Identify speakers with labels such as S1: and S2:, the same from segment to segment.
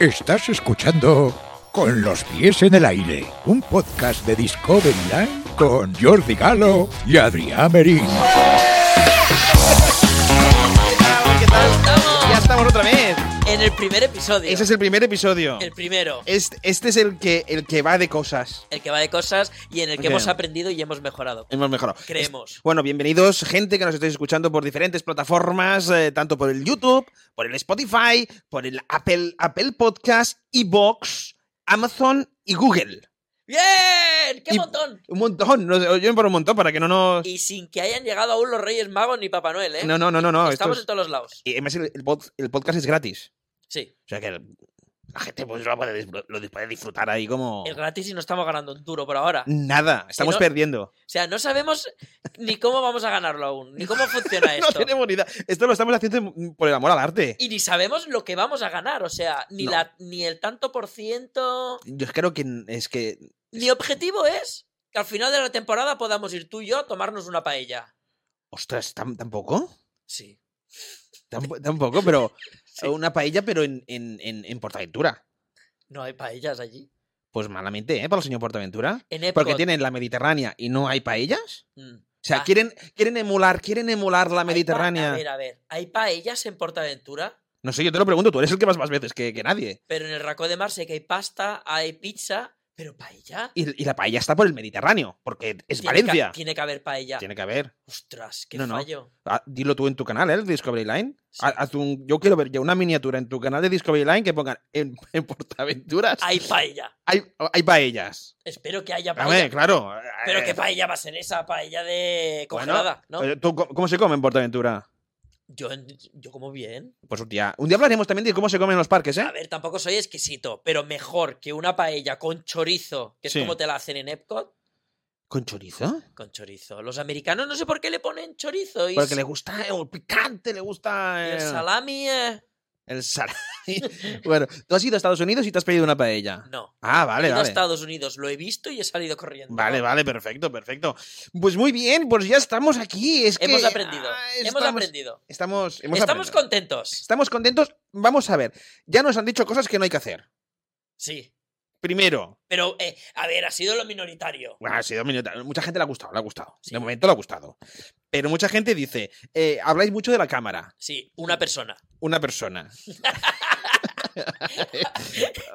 S1: Estás escuchando Con los pies en el aire, un podcast de Discovery Line con Jordi Galo y Adrián Merín.
S2: ¿Qué tal? Ya estamos otra vez.
S3: En el primer episodio.
S2: Ese es el primer episodio.
S3: el primero.
S2: Este, este es el que, el que va de cosas.
S3: El que va de cosas y en el que
S2: Ok.
S3: hemos aprendido y hemos mejorado.
S2: Hemos mejorado.
S3: Creemos.
S2: Bueno, bienvenidos, gente que nos estáis escuchando por diferentes plataformas, eh, tanto por el YouTube, por el Spotify, por el Apple, Apple Podcast, Evox, Amazon y Google.
S3: ¡Bien! ¡Qué
S2: Y-
S3: montón!
S2: Un montón, nos oyen por un montón para que no nos.
S3: Y sin que hayan llegado aún los Reyes Magos ni Papá Noel, ¿eh?
S2: No, no, no, no, no. esto
S3: Estamos en
S2: es-
S3: todos los lados.
S2: y además, el, el pod- el podcast es gratis.
S3: Sí.
S2: O sea que la gente pues, lo, puede, dis- lo puede disfrutar ahí como.
S3: Es gratis y no estamos ganando un duro por ahora. O
S2: Nada, estamos
S3: no-
S2: perdiendo.
S3: sea, no sabemos ni cómo vamos a ganarlo aún, ni cómo funciona
S2: No
S3: esto.
S2: tenemos ni idea. Esto lo estamos haciendo por el amor al arte.
S3: Y ni sabemos lo que vamos a ganar, o sea, ni,
S2: No.
S3: la, ni el tanto por ciento.
S2: Yo creo que es que.
S3: Mi objetivo es que al final de la temporada podamos ir tú y yo a tomarnos una paella.
S2: Ostras, tam- tampoco.
S3: Sí.
S2: Tampo- tampoco, pero.
S3: Sí.
S2: Una paella, pero en, en, en, en Portaventura.
S3: No hay paellas allí.
S2: Pues malamente, ¿eh? Para el señor Portaventura.
S3: En Epcot.
S2: Porque tienen la Mediterránea y no hay paellas.
S3: Mm.
S2: O sea,
S3: Ah.
S2: quieren, quieren emular, quieren emular la
S3: Hay pa- A ver,
S2: Mediterránea.
S3: a ver. ¿Hay paellas en Portaventura?
S2: No sé, yo te lo pregunto, tú eres el que vas más veces que, que nadie.
S3: Pero en el Racó de Mar sé que hay pasta, hay pizza, pero paella.
S2: Y, y la paella está por el Mediterráneo, porque es
S3: Tiene que-
S2: Valencia.
S3: tiene que haber paella.
S2: Tiene que haber.
S3: Ostras, qué
S2: No, no.
S3: fallo.
S2: Ah, dilo tú en tu canal, ¿eh? el Discovery Line.
S3: Sí.
S2: Ha- haz un- yo quiero ver ya una miniatura en tu canal de Discovery Line que pongan en, en Portaventuras.
S3: Hay paella.
S2: Hay, hay paellas.
S3: Espero que haya
S2: A
S3: paella.
S2: ver, claro.
S3: Pero qué
S2: eh,
S3: paella va a ser esa, paella de
S2: bueno,
S3: congelada, ¿no?
S2: eh, ¿tú co- ¿Cómo se come en Portaventura?
S3: Yo, en- yo como bien.
S2: Pues un día, un día hablaremos también de cómo se come en los parques,
S3: A
S2: ¿eh?
S3: ver, tampoco soy exquisito, pero mejor que una paella con chorizo, que es
S2: Sí.
S3: como te la hacen en Epcot,
S2: ¿Con chorizo?
S3: con chorizo. Los americanos no sé por qué le ponen chorizo y,
S2: Porque le
S3: s-
S2: gusta el picante, le gusta
S3: y
S2: el,
S3: el salami. eh,
S2: el salami. bueno, tú has ido a Estados Unidos y te has pedido una paella.
S3: No.
S2: Ah, vale,
S3: he ido a
S2: vale.
S3: Estados Unidos, lo he visto y he salido corriendo.
S2: Vale, vale, perfecto, perfecto. Pues muy bien, pues ya estamos aquí. Es
S3: Hemos
S2: que,
S3: aprendido,
S2: ah,
S3: hemos
S2: estamos-
S3: aprendido.
S2: Estamos, hemos
S3: Estamos
S2: aprendido.
S3: contentos.
S2: Estamos contentos. Vamos a ver. Ya nos han dicho cosas que no hay que hacer.
S3: Sí.
S2: Primero,
S3: Pero, eh, a ver, ha sido lo minoritario.
S2: bueno, ha sido minuta- Mucha gente le ha gustado, le ha gustado.
S3: Sí.
S2: De momento le ha gustado. Pero mucha gente dice, eh, habláis mucho de la cámara.
S3: Sí, una persona.
S2: Una persona.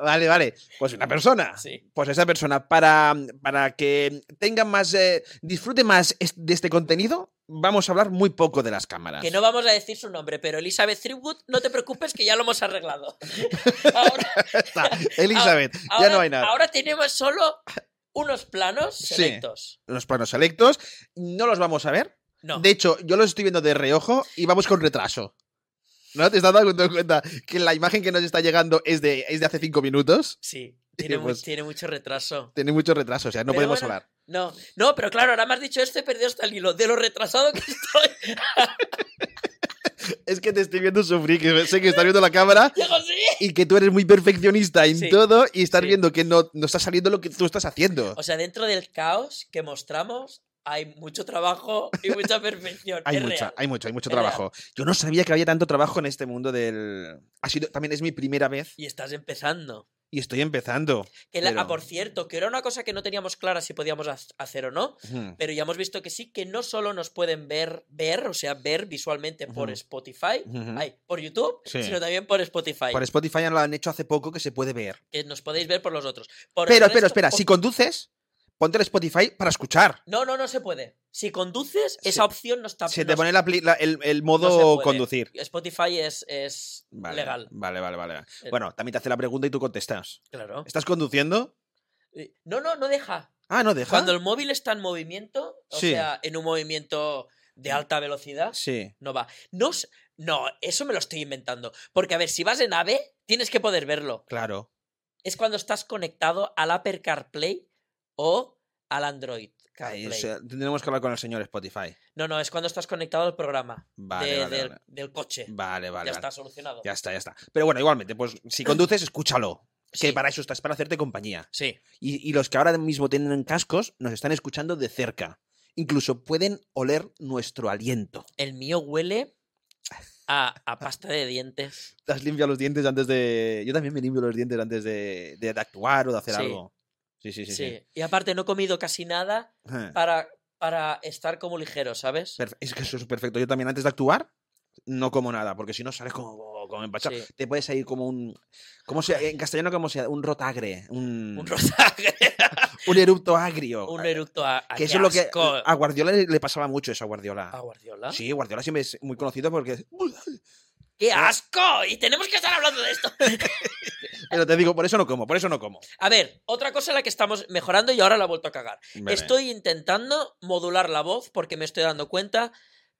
S2: vale, vale. Pues una persona.
S3: Sí.
S2: Pues esa persona, para, para que tenga más, eh, disfrute más es- de este contenido, vamos a hablar muy poco de las cámaras.
S3: Que no vamos a decir su nombre, pero Elizabeth Threepwood, no te preocupes que ya lo hemos arreglado. ahora,
S2: Está, Elizabeth,
S3: ahora-
S2: ya no hay nada.
S3: ahora tenemos solo unos planos selectos.
S2: Los planos selectos, no los vamos a ver.
S3: No.
S2: De hecho, yo lo estoy viendo de reojo y vamos con retraso. ¿No? ¿Te estás dando cuenta que la imagen que nos está llegando es de, es de hace cinco minutos?
S3: Sí, tiene, mu-
S2: Pues-
S3: tiene mucho retraso.
S2: Tiene mucho retraso, o sea, no
S3: Pero
S2: podemos
S3: bueno,
S2: hablar.
S3: No, no, pero claro, ahora me has dicho esto y he perdido hasta el hilo de lo retrasado que estoy.
S2: Es que te estoy viendo sufrir, que sé que estás viendo la cámara
S3: Digo, sí.
S2: y que tú eres muy perfeccionista en
S3: Sí,
S2: todo y estás
S3: sí.
S2: viendo que no, no está saliendo lo que tú estás haciendo.
S3: O sea, dentro del caos que mostramos hay mucho trabajo y mucha perfección.
S2: Hay
S3: es
S2: mucho,
S3: real.
S2: hay mucho, hay mucho
S3: es real.
S2: trabajo. Yo no sabía que había tanto trabajo en este mundo del... Ha sido, también es mi primera vez
S3: Y estás empezando.
S2: y estoy empezando.
S3: Que la- ah,
S2: Pero-
S3: por cierto, que era una cosa que no teníamos clara si podíamos haz- hacer o no,
S2: Ujú.
S3: pero ya hemos visto que sí, que no solo nos pueden ver, ver, o sea, ver visualmente por
S2: Ujú.
S3: Spotify,
S2: Ujú.
S3: ay, por YouTube,
S2: Sí.
S3: sino también por Spotify,
S2: Por Spotify ya lo han hecho hace poco que se puede ver.
S3: que nos podéis ver por los otros. Por el
S2: Pero, pero,
S3: resto,
S2: espera,
S3: por-
S2: si conduces, ponte el Spotify para escuchar.
S3: No, no, no se puede. Si conduces,
S2: Se-
S3: esa opción no está...
S2: Se te
S3: no-
S2: pone la pli- la- el, el
S3: no se
S2: modo
S3: puede.
S2: conducir.
S3: Spotify es, es
S2: Vale,
S3: legal,
S2: Vale, vale, vale.
S3: Eh.
S2: Bueno, también te hace la pregunta y tú contestas.
S3: claro.
S2: ¿Estás conduciendo?
S3: Eh, No, no, no deja.
S2: Ah, no, deja.
S3: Cuando el móvil está en movimiento, o
S2: Sí.
S3: sea, en un movimiento de alta velocidad,
S2: Sí.
S3: no va. No, s- no, eso me lo estoy inventando. Porque, a ver, si vas en AVE, tienes que poder verlo.
S2: Claro.
S3: Es cuando estás conectado al Apple CarPlay o al Android
S2: Ahí,
S3: CarPlay.
S2: o sea, tendremos que hablar con el señor Spotify.
S3: No, no, es cuando estás conectado al programa
S2: Vale,
S3: de-
S2: vale,
S3: del,
S2: vale.
S3: del coche.
S2: Vale, vale. vale.
S3: ya está solucionado.
S2: Ya está, ya está. Pero bueno, igualmente, pues si conduces, escúchalo.
S3: Sí,
S2: Que para eso estás, para hacerte compañía.
S3: sí,
S2: Y, y los que ahora mismo tienen cascos nos están escuchando de cerca. Incluso pueden oler nuestro aliento.
S3: el mío huele a, a pasta de dientes.
S2: Te has limpiado los dientes antes de. Yo también me limpio los dientes antes de, de actuar o de hacer
S3: Sí.
S2: algo. Sí, sí, sí.
S3: Sí,
S2: sí.
S3: Y aparte no he comido casi nada
S2: Ah,
S3: para, para estar como ligero, ¿sabes?
S2: perfe- Es que eso es perfecto. Yo también antes de actuar no como nada, porque si no sales como, como empachado.
S3: Sí.
S2: Te puedes salir como un. ¿Cómo se, en castellano, ¿cómo se llama? Un rotagre. Un,
S3: Un rosaje,
S2: un erupto agrio.
S3: un eructo a, a-
S2: que
S3: qué
S2: eso es lo que
S3: asco.
S2: a Guardiola le, le pasaba mucho eso a Guardiola.
S3: ¿A Guardiola?
S2: Sí, Guardiola siempre es muy conocido porque.
S3: ¡Qué asco! Y tenemos que estar hablando de esto.
S2: Pero te digo, por eso no como, por eso no como.
S3: A ver, otra cosa en la que estamos mejorando y ahora la he vuelto a cagar.
S2: Vale.
S3: Estoy intentando modular la voz porque me estoy dando cuenta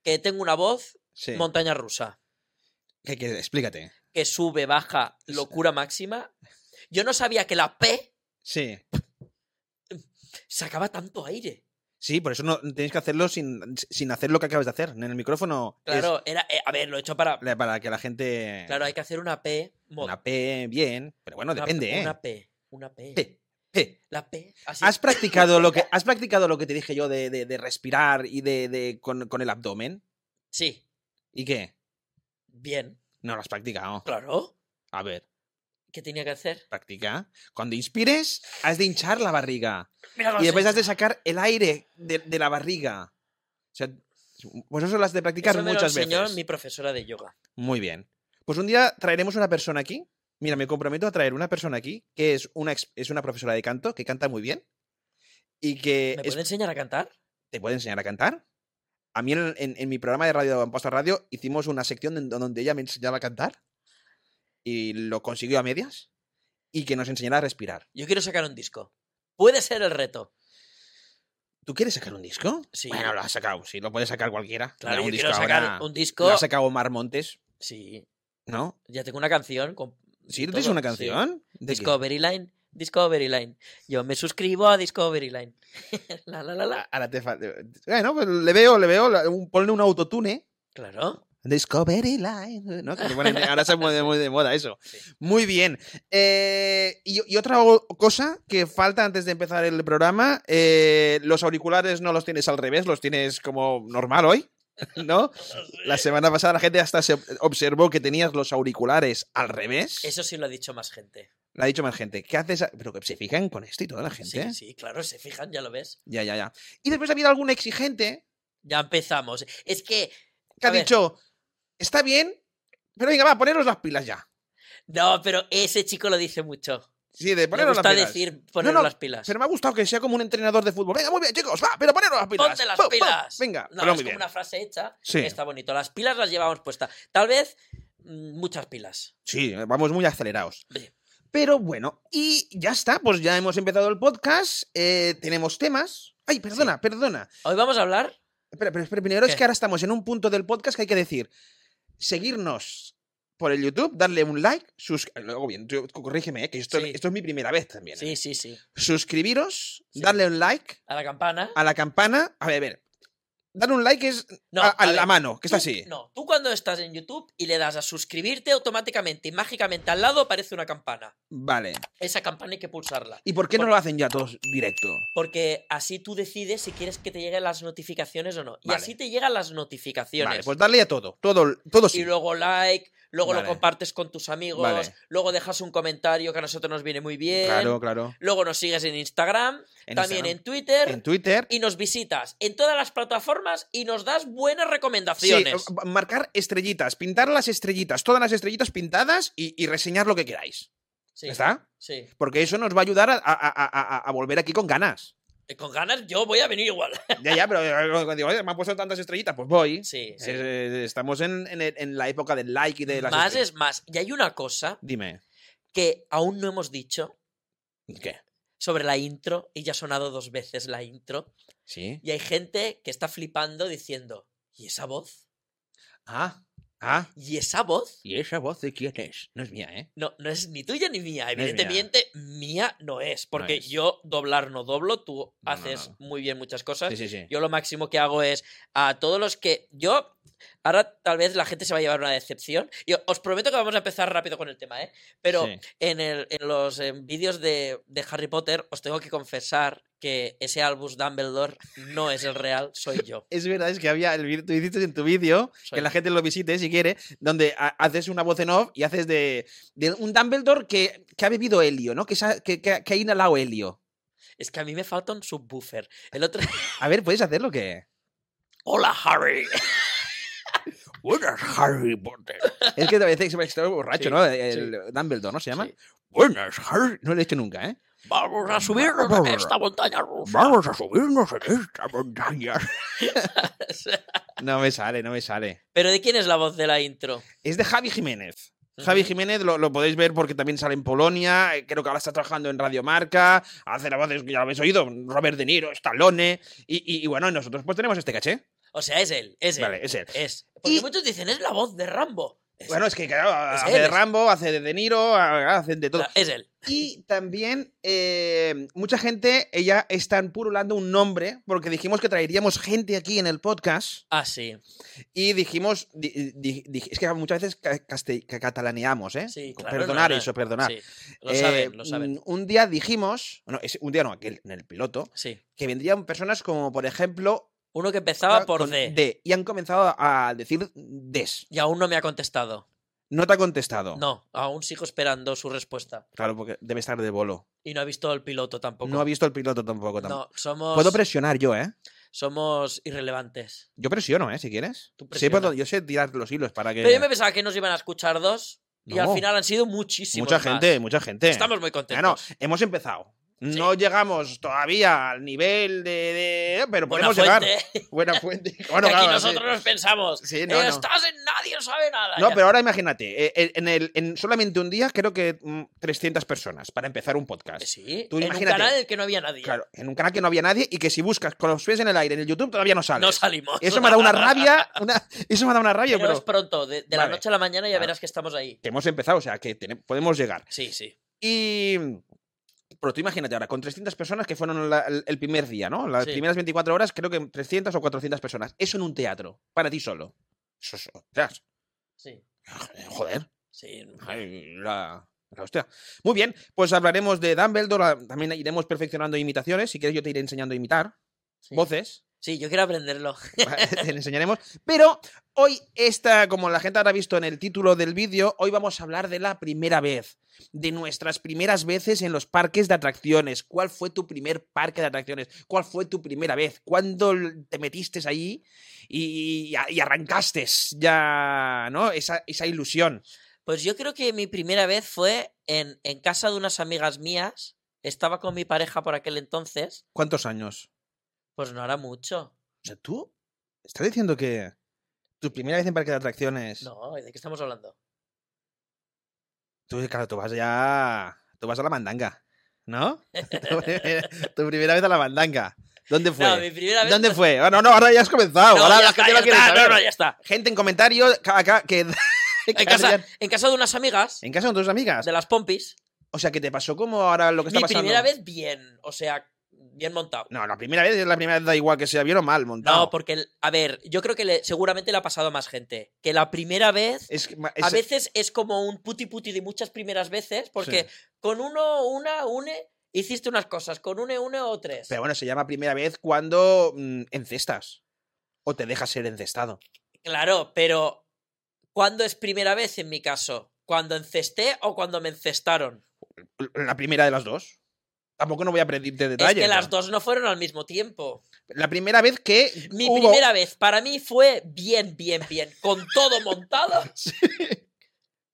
S3: que tengo una voz
S2: Sí.
S3: montaña rusa,
S2: Que- que- explícate.
S3: que sube, baja, locura máxima. Yo no sabía que la P
S2: Sí.
S3: sacaba tanto aire.
S2: Sí, por eso no tenéis que hacerlo sin, sin hacer lo que acabas de hacer. En el micrófono. es
S3: Claro, era. eh, a ver, lo he hecho para.
S2: la- para que la gente.
S3: Claro, hay que hacer una P. mo-
S2: Una P bien. Pero bueno,
S3: una-
S2: depende, ¿eh?
S3: Una P. Una P.
S2: P, P.
S3: La P. Así.
S2: ¿Has practicado, lo que, ¿Has practicado lo que te dije yo de, de- de respirar y de, de- con, con el abdomen?
S3: Sí.
S2: ¿Y qué?
S3: Bien.
S2: No lo has practicado.
S3: Claro.
S2: A ver,
S3: ¿Qué tenía que hacer?
S2: practica. Cuando inspires, has de hinchar la barriga.
S3: Mira, lo
S2: Y después
S3: sé.
S2: has de sacar el aire de, de la barriga. O sea, pues eso lo has de practicar
S3: Eso me lo
S2: muchas
S3: enseñó
S2: veces.
S3: mi profesora de yoga.
S2: Muy bien. Pues un día traeremos una persona aquí. Mira, me comprometo a traer una persona aquí que es una, ex- es una profesora de canto que canta muy bien y que
S3: ¿Me
S2: Eh, es-
S3: puede enseñar a cantar?
S2: te puede enseñar a cantar. A mí en, en- en mi programa de radio en Posta Radio hicimos una sección en don- donde ella me enseñaba a cantar y lo consiguió a medias y que nos enseñara a respirar.
S3: Yo quiero sacar un disco. Puede ser el reto.
S2: ¿Tú quieres sacar un disco?
S3: Sí.
S2: Bueno, lo has sacado, sí, lo puede sacar cualquiera. Mira,
S3: Claro, yo
S2: un
S3: quiero
S2: disco
S3: sacar
S2: ahora
S3: un
S2: Lo
S3: disco.
S2: ha sacado Omar Montes,
S3: Sí.
S2: ¿no?
S3: Ya tengo una canción. Con...
S2: Sí, ¿tú
S3: todo,
S2: tienes una
S3: sí.
S2: canción? ¿De qué?
S3: Discovery Line. Discovery Line. Yo me suscribo a Discovery Line. la, la, la, la.
S2: Ahora te falta. Bueno, pues le veo, le veo. la- un- ponle un autotune.
S3: Claro.
S2: Discovery Line. ¿no? Que se ponen- ahora se mueve muy de moda eso.
S3: Sí.
S2: Muy bien. Eh, y, y otra o- cosa que falta antes de empezar el programa: eh, los auriculares no los tienes al revés, los tienes como normal hoy. ¿No? La semana pasada la gente hasta se observó que tenías los auriculares al revés.
S3: Eso sí lo ha dicho más gente.
S2: La ha dicho más gente. ¿Qué haces? a- Pero que se fijan con esto y toda la gente.
S3: Sí, sí, claro, se fijan, ya lo ves.
S2: Ya, ya, ya. Y después ha habido algún exigente
S3: Ya empezamos. Es que.
S2: que ha
S3: A ver.
S2: dicho, está bien, pero venga, va, poneros las pilas ya.
S3: No, pero ese chico lo dice mucho.
S2: Sí, de
S3: Le
S2: poneros las
S3: gusta
S2: pilas.
S3: decir poner
S2: no,
S3: las pilas.
S2: Pero me ha gustado que sea como un entrenador de fútbol. Venga, muy bien, chicos, va, pero poneros las pilas.
S3: Ponte las
S2: Pum, pum,
S3: pilas.
S2: Venga,
S3: No,
S2: pero muy
S3: es como
S2: bien.
S3: una frase hecha.
S2: Sí.
S3: Está bonito. Las pilas las llevamos puestas. Tal vez mm, muchas pilas.
S2: Sí, vamos muy acelerados.
S3: Sí.
S2: Pero bueno, y ya está, pues ya hemos empezado el podcast, eh, tenemos temas. Ay, perdona, perdona.
S3: Hoy vamos a hablar.
S2: Pero, pero, pero primero es
S3: ¿Qué?
S2: que ahora estamos en un punto del podcast que hay que decir, seguirnos por el YouTube, darle un like, sus... luego bien, tú- corrígeme, eh, que esto,
S3: Sí.
S2: esto es mi primera vez también. eh.
S3: Sí, sí, sí.
S2: suscribiros,
S3: Sí.
S2: darle un like
S3: A la campana.
S2: a la campana. A ver, a ver. Darle un like es
S3: No,
S2: a, a
S3: ver,
S2: la mano, que está
S3: tú-
S2: así.
S3: No, tú cuando estás en YouTube y le das a suscribirte, automáticamente y mágicamente al lado aparece una campana.
S2: Vale.
S3: Esa campana hay que pulsarla.
S2: ¿Y por qué no
S3: Por-
S2: lo hacen ya todos directo?
S3: Porque así tú decides si quieres que te lleguen las notificaciones o no. Y
S2: Vale.
S3: así te llegan las notificaciones.
S2: Vale, pues darle a todo. Todo, todo sí.
S3: Y luego like, luego
S2: Vale.
S3: lo compartes con tus amigos,
S2: Vale.
S3: luego dejas un comentario que a nosotros nos viene muy bien.
S2: Claro, claro.
S3: Luego nos sigues en Instagram,
S2: En Instagram,
S3: también en Twitter.
S2: En Twitter.
S3: Y nos visitas en todas las plataformas y nos das buenas
S2: Sí,
S3: recomendaciones.
S2: eh, marcar estrellitas, pintar las estrellitas, todas las estrellitas pintadas y, y reseñar lo que queráis.
S3: Sí,
S2: ¿Ya está?
S3: sí.
S2: Porque eso nos va a ayudar a, a- a- a- a volver aquí con ganas.
S3: Eh, Con ganas yo voy a venir igual.
S2: Ya, ya, pero eh, digo, "Oye, me han puesto tantas estrellitas, pues voy.
S3: Sí, sí.
S2: Eh, Estamos en, en- en la época del like y de las este
S3: más
S2: estrellitas.
S3: es más. Y hay una cosa
S2: Dime.
S3: que aún no hemos dicho
S2: ¿Qué?
S3: sobre la intro y ya ha sonado dos veces la intro.
S2: ¿Sí?
S3: Y hay gente que está flipando diciendo, ¿y esa voz?
S2: Ah, ah.
S3: ¿Y esa voz?
S2: ¿Y esa voz de quién es? No es mía, ¿eh?
S3: No, no es ni tuya ni mía.
S2: mía.
S3: Evidentemente, mía. no es. Porque
S2: es.
S3: yo doblar no doblo, tú
S2: No, no,
S3: haces
S2: no.
S3: Ah, muy bien muchas cosas.
S2: sí, sí.
S3: Yo lo máximo que hago es a todos los que. Yo ahora tal vez la gente se va a llevar una decepción. Y os prometo que vamos a empezar rápido con el tema, ¿eh? Pero
S4: Sí.
S3: en, el- en los eh, vídeos de, de Harry Potter os tengo que confesar que ese Albus Dumbledore no es el real, soy yo.
S2: Es verdad, es que había el vídeo, tú hiciste en tu vídeo,
S3: Soy-
S2: que la gente lo visite si quiere, donde ha- haces una voz en off y haces de, de un Dumbledore que, que ha bebido helio, ¿no? Que, se ha- que, que ha- que ha inhalado helio.
S3: Es que a mí me falta un subwoofer. El otro...
S2: A ver, ¿puedes hacerlo que?
S3: Hola, Harry.
S1: Buenas, Harry Potter.
S2: Es que a veces se me está borracho,
S3: Sí,
S2: ¿no? El Dumbledore, ¿no se llama?
S3: Sí.
S1: Buenas, Harry.
S2: No lo he hecho nunca, ¿eh?
S3: Vamos a subirnos a esta montaña rusa.
S1: Vamos a subirnos en esta montaña.
S2: No me sale, no me sale.
S3: Pero ¿de quién es la voz de la intro?
S2: Es de Javi Jiménez. Javi Jiménez lo, lo podéis ver porque también sale en Polonia, eh, creo que ahora está trabajando en Radio Marca, hace la voz, que ya lo habéis oído, Robert De Niro, Stallone, y, y- y bueno, y nosotros pues tenemos este caché.
S3: O sea, es él, es él.
S2: Vale, es él.
S3: Es. Porque
S2: Y-
S3: muchos dicen, es la voz de Rambo. Es,
S2: Bueno, es que claro,
S3: Es
S2: hace
S3: él,
S2: de
S3: es-
S2: Rambo, hace de De Niro, ha- hace de todo.
S3: la- es él.
S2: Y también eh, mucha gente, ella están purulando un nombre, porque dijimos que traeríamos gente aquí en el podcast.
S3: Ah, sí.
S2: ¿Eh? Y dijimos, di- di- di- es que muchas veces ca- caste- ca- catalaneamos, ¿eh?
S3: Sí, claro,
S2: perdonar
S3: no, no.
S2: eso, perdonar.
S3: sí. Lo
S2: Eh,
S3: saben, lo saben.
S2: un- Un día dijimos, bueno, es- un día no, aquel, en el piloto,
S3: Sí.
S2: que vendrían personas como, por ejemplo,
S3: Uno que empezaba por
S2: ah, con
S3: D,
S2: y han comenzado a decir des.
S3: y aún no me ha contestado.
S2: No te ha contestado.
S3: No, aún sigo esperando su respuesta.
S2: Claro, porque debe estar de bolo.
S3: Y no ha visto el piloto tampoco.
S2: No ha visto el piloto tampoco. tampoco.
S3: No, somos,
S2: Puedo presionar yo, ¿eh?
S3: somos irrelevantes.
S2: Yo presiono, ¿eh? Si quieres.
S3: Tú
S2: Sí,
S3: presiona.
S2: puedo- yo sé tirar los hilos para que...
S3: Pero yo me pensaba que nos iban a escuchar dos y al
S2: No.
S3: final han sido muchísimos.
S2: mucha
S3: más.
S2: gente, mucha gente.
S3: Estamos muy
S2: Ya no,
S3: contentos.
S2: hemos empezado. No llegamos todavía al nivel de... de- pero
S3: Buena
S2: podemos llegar.
S3: fuente.
S2: Buena fuente. Bueno,
S3: Y aquí
S2: claro, sí.
S3: nosotros nos pensamos.
S2: Sí, no,
S3: "Eh,
S2: no.
S3: Estás en nadie, sabe nada.
S2: No,
S3: Ah, Ya.
S2: pero ahora imagínate, eh, eh, en, el, en solamente un día creo que mm, 300 personas para empezar un podcast.
S3: Pues Sí,
S2: Tú
S3: en
S2: imagínate.
S3: un canal en el que no había nadie.
S2: Claro, en un canal que no había nadie y que si buscas con los pies en el aire en el YouTube todavía no sales.
S3: No salimos.
S2: Eso me da una rabia, una- eso me da una rabia,
S3: Pero,
S2: pero,
S3: es pronto, de, de
S2: Vale.
S3: la noche a la mañana ya
S2: Claro.
S3: verás que estamos ahí.
S2: que hemos empezado, o sea, que tene- podemos llegar.
S3: Sí, sí.
S2: Y... Pero tú imagínate ahora, con 300 personas que fueron la- el, el primer día, ¿no? Las
S3: Sí.
S2: primeras 24 horas creo que 300 o 400 personas. Eso en un teatro, para ti solo. Eso es... ostras,
S3: Sí.
S2: Joder.
S3: sí.
S2: Ay, la, la hostia. Muy bien, pues hablaremos de Dumbledore. ah, También iremos perfeccionando imitaciones. Si quieres, yo te iré enseñando a imitar
S3: Sí.
S2: voces.
S3: Sí, yo quiero aprenderlo.
S2: te enseñaremos. Pero hoy, esta, como la gente habrá visto en el título del vídeo, hoy vamos a hablar de la primera vez. De nuestras primeras veces en los parques de atracciones. ¿Cuál fue tu primer parque de atracciones? ¿Cuál fue tu primera vez? ¿Cuándo l- te metiste ahí y, y arrancaste ya, ¿no? Esa, esa ilusión.
S3: Pues yo creo que mi primera vez fue en, en casa de unas amigas mías. Estaba con mi pareja por aquel entonces.
S2: ¿Cuántos años?
S3: Pues no era mucho.
S2: O sea, tú estás diciendo que tu primera vez en parque de atracciones.
S3: No, ¿de qué estamos hablando?
S2: Tú, claro, tú vas ya. Tú vas a la mandanga, ¿no? tu, primera, tu primera vez a la mandanga. ¿Dónde fue?
S3: No, mi primera vez.
S2: ¿Dónde fue? Ah, No, no, ahora ya has comenzado.
S3: No,
S2: ahora
S3: ya
S2: la
S3: está,
S2: gente
S3: ya
S2: lo quiere
S3: está,
S2: saber.
S3: No, no, ya está.
S2: Gente en comentarios ca- acá que. que
S3: En casa,
S2: hayan-
S3: en casa de unas amigas,
S2: en casa con tus amigas.
S3: de las pompis,
S2: O sea, que te pasó como ahora lo que está
S3: mi
S2: pasando.
S3: primera vez bien. O sea, bien montado.
S2: No, la primera vez es la primera vez, da igual que sea bien o mal, montado.
S3: No, porque, el- a ver, yo creo que le- seguramente le ha pasado a más gente. Que la primera vez,
S2: Es, que ma-
S3: a
S2: es-
S3: veces es como un puti puti de muchas primeras veces, porque con uno, una, une, hiciste unas cosas, con une, une o tres.
S2: Pero bueno, se llama primera vez cuando mm, encestas. O te dejas ser encestado.
S3: Claro, pero ¿cuándo es primera vez en mi caso? ¿Cuando encesté o cuando me encestaron?
S2: La primera de las dos. Tampoco no voy a pedirte detalles.
S3: es que las
S2: ¿no?
S3: dos no fueron al mismo tiempo.
S2: La primera vez que.
S3: Mi
S2: hubo-
S3: primera vez para mí fue bien, bien, bien. Con todo montado.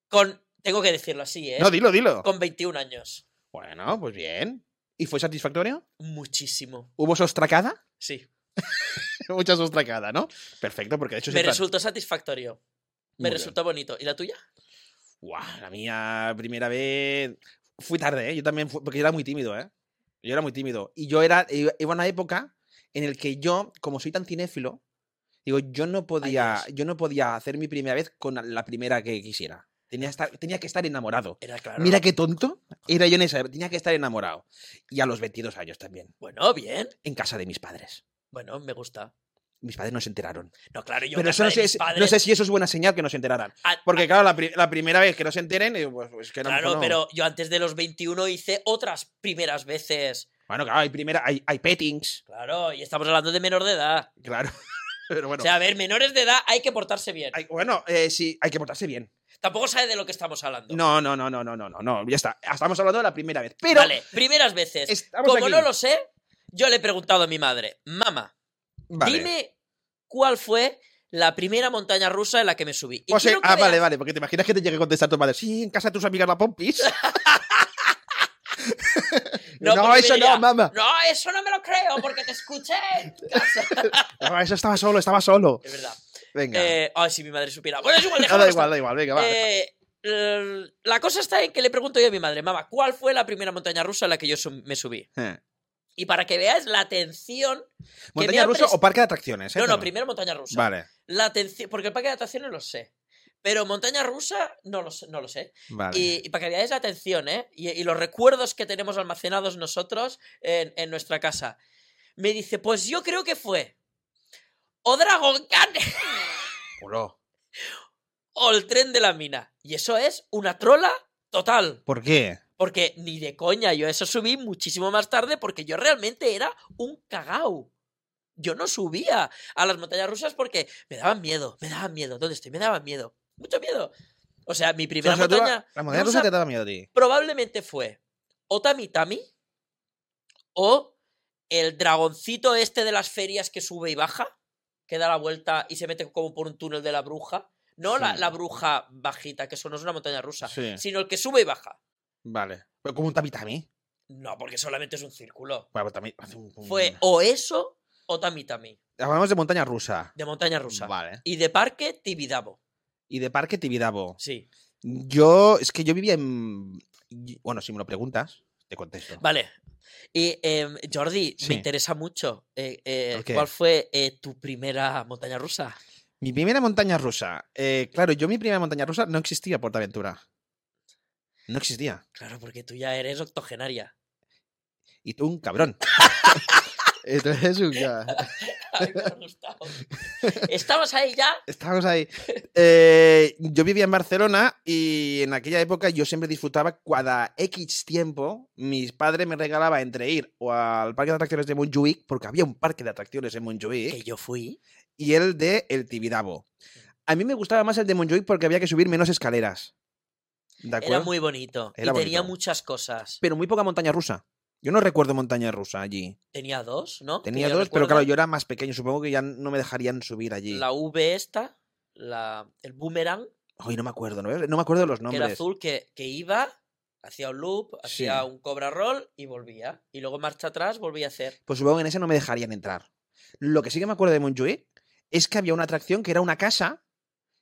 S3: Con, tengo que decirlo así, ¿eh?
S2: No, dilo, dilo.
S3: Con 21 años.
S2: Bueno, pues bien. ¿Y fue satisfactorio?
S3: Muchísimo.
S2: ¿Hubo sostracada?
S3: Sí.
S2: Mucha sostracada, ¿no? Perfecto, porque de hecho
S3: Me
S2: se tra-
S3: resultó satisfactorio. Me
S2: Muy bien.
S3: resultó bonito. ¿Y la tuya?
S2: Guau, la mía primera vez. Fui tarde, ¿eh? Yo también fui, porque yo era muy tímido, ¿eh? Yo era muy tímido. Y yo era. Iba iba una época en el que yo, como soy tan cinéfilo, digo, yo no podía,
S3: Dios.
S2: yo no podía hacer mi primera vez con la primera que quisiera. Tenía, que estar- tenía que estar enamorado.
S3: Era claro.
S2: Mira qué tonto. Era yo en esa. Tenía que estar enamorado. Y a los 22 años también.
S3: Bueno, bien.
S2: En casa de mis padres.
S3: Bueno, me gusta.
S2: Mis padres no se enteraron.
S3: No, claro, yo
S2: Pero
S3: en
S2: eso
S3: casa
S2: no
S3: de
S2: sé,
S3: mis
S2: si-
S3: padres-
S2: no sé si eso es buena señal que no se enteraran.
S3: Ah,
S2: Porque, claro, la, pri- la primera vez que no se enteren, eh, pues, pues que a lo
S3: Claro,
S2: mejor no.
S3: pero yo antes de los 21 hice otras primeras veces.
S2: Bueno, claro, hay, primera, hay, hay pettings,
S3: Claro, y estamos hablando de menor de edad.
S2: claro. Pero bueno,
S3: O sea, a ver, menores de edad hay que portarse bien.
S2: hay- bueno eh, sí, hay que portarse bien.
S3: Tampoco sabe de lo que estamos hablando.
S2: No, no, no, no, no, no, no, no, ya está. Estamos hablando de la primera vez. Pero
S3: vale, primeras veces.
S2: estamos
S3: Como
S2: aquí.
S3: no lo sé, yo le he preguntado a mi madre, mamá,
S2: Vale.
S3: dime cuál fue la primera montaña rusa en la que me subí. Y
S2: Pues, eh,
S3: quiero que
S2: ah, vale,
S3: veas-
S2: vale, porque te imaginas que te llegue a contestar tu madre, sí, en casa de tus amigas la pompis. no,
S3: porque me
S2: eso
S3: diría,
S2: no, mamá.
S3: No, eso no me lo creo porque te escuché. en tu casa".
S2: No, eso estaba solo, estaba solo.
S3: es verdad.
S2: Venga.
S3: Eh, ay, si mi madre supiera. Bueno, es igual,
S2: No,
S3: déjalo
S2: da
S3: estar.
S2: igual, da igual, venga, va.
S3: Eh, eh, la cosa está en que le pregunto yo a mi madre, mamá, ¿cuál fue la primera montaña rusa en la que yo sum- me subí?
S2: Eh.
S3: Y para que veas la atención. me
S2: ¿Montaña
S3: ha
S2: rusa
S3: pres-
S2: o parque de atracciones? eh,
S3: No, no,
S2: perdón.
S3: primero montaña rusa.
S2: Vale,
S3: La atención. Porque el parque de atracciones lo sé. Pero montaña rusa no lo sé. No lo sé.
S2: vale.
S3: Y, y para que veáis la atención, ¿eh? Y, y los recuerdos que tenemos almacenados nosotros en, en nuestra casa. Me dice, pues yo creo que fue. O Dragon Khan
S2: Culo.
S3: o el tren de la mina. Y eso es una trola total.
S2: ¿Por qué?
S3: Porque ni de coña, yo eso subí muchísimo más tarde porque yo realmente era un cagao. Yo no subía a las montañas rusas porque me daban miedo, me daban miedo. ¿Dónde estoy? Me daban miedo. Mucho miedo. O sea, mi primera
S2: O sea, tú-
S3: montaña
S2: la montaña
S3: rusa-
S2: rusa te daba miedo a ti.
S3: probablemente fue o Tamitami o el dragoncito este de las ferias que sube y baja, que da la vuelta y se mete como por un túnel de la bruja. No la,
S2: Sí.
S3: la bruja bajita, que eso no es una montaña rusa,
S2: Sí.
S3: sino el que sube y baja.
S2: Vale. Pero como un tamitami.
S3: No, porque solamente es un círculo.
S2: Bueno, también. hace un- un-
S3: Fue o eso o Tamitami,
S2: Hablamos de montaña rusa.
S3: de montaña rusa.
S2: Vale.
S3: Y de parque Tibidabo.
S2: Y de parque Tibidabo.
S3: Sí.
S2: Yo, es que yo vivía en. y- Bueno, si me lo preguntas, te contesto.
S3: Vale. Y em, Jordi,
S2: Sí.
S3: me interesa mucho. eh, eh,
S2: ¿El qué?
S3: ¿Cuál fue eh, tu primera montaña rusa?
S2: Mi primera montaña rusa. eh, claro, yo mi primera montaña rusa no existía, Portaventura. No existía.
S3: Claro, porque tú ya eres octogenaria.
S2: Y tú un cabrón. Entonces, ya,
S3: Ay, me ha gustado. Estabas ahí ya.
S2: estamos ahí. Eh, yo vivía en Barcelona y en aquella época yo siempre disfrutaba cada X tiempo. Mis padres me regalaba entre ir o al parque de atracciones de Montjuic, porque había un parque de atracciones en Montjuic.
S3: Que yo fui.
S2: y el de El Tibidabo. A mí me gustaba más el de Montjuic porque había que subir menos escaleras. ¿De acuerdo?
S3: Era muy bonito.
S2: Era
S3: y tenía
S2: bonito.
S3: muchas cosas.
S2: Pero muy poca montaña rusa. Yo no recuerdo montaña rusa allí.
S3: Tenía dos, ¿no? Que
S2: Tenía
S3: yo
S2: dos, pero claro,
S3: recuerde.
S2: yo era más pequeño. Supongo que ya no me dejarían subir allí.
S3: La V esta, la, el boomerang,
S2: Hoy no me acuerdo, ¿no? ves? No me acuerdo de los
S3: que era
S2: nombres.
S3: azul, que, que iba, hacía un loop,
S2: Sí.
S3: hacía un cobra roll y volvía. Y luego marcha atrás, volvía a hacer.
S2: Pues supongo que en ese no me dejarían entrar. Lo que sí que me acuerdo de Montjuic es que había una atracción que era una casa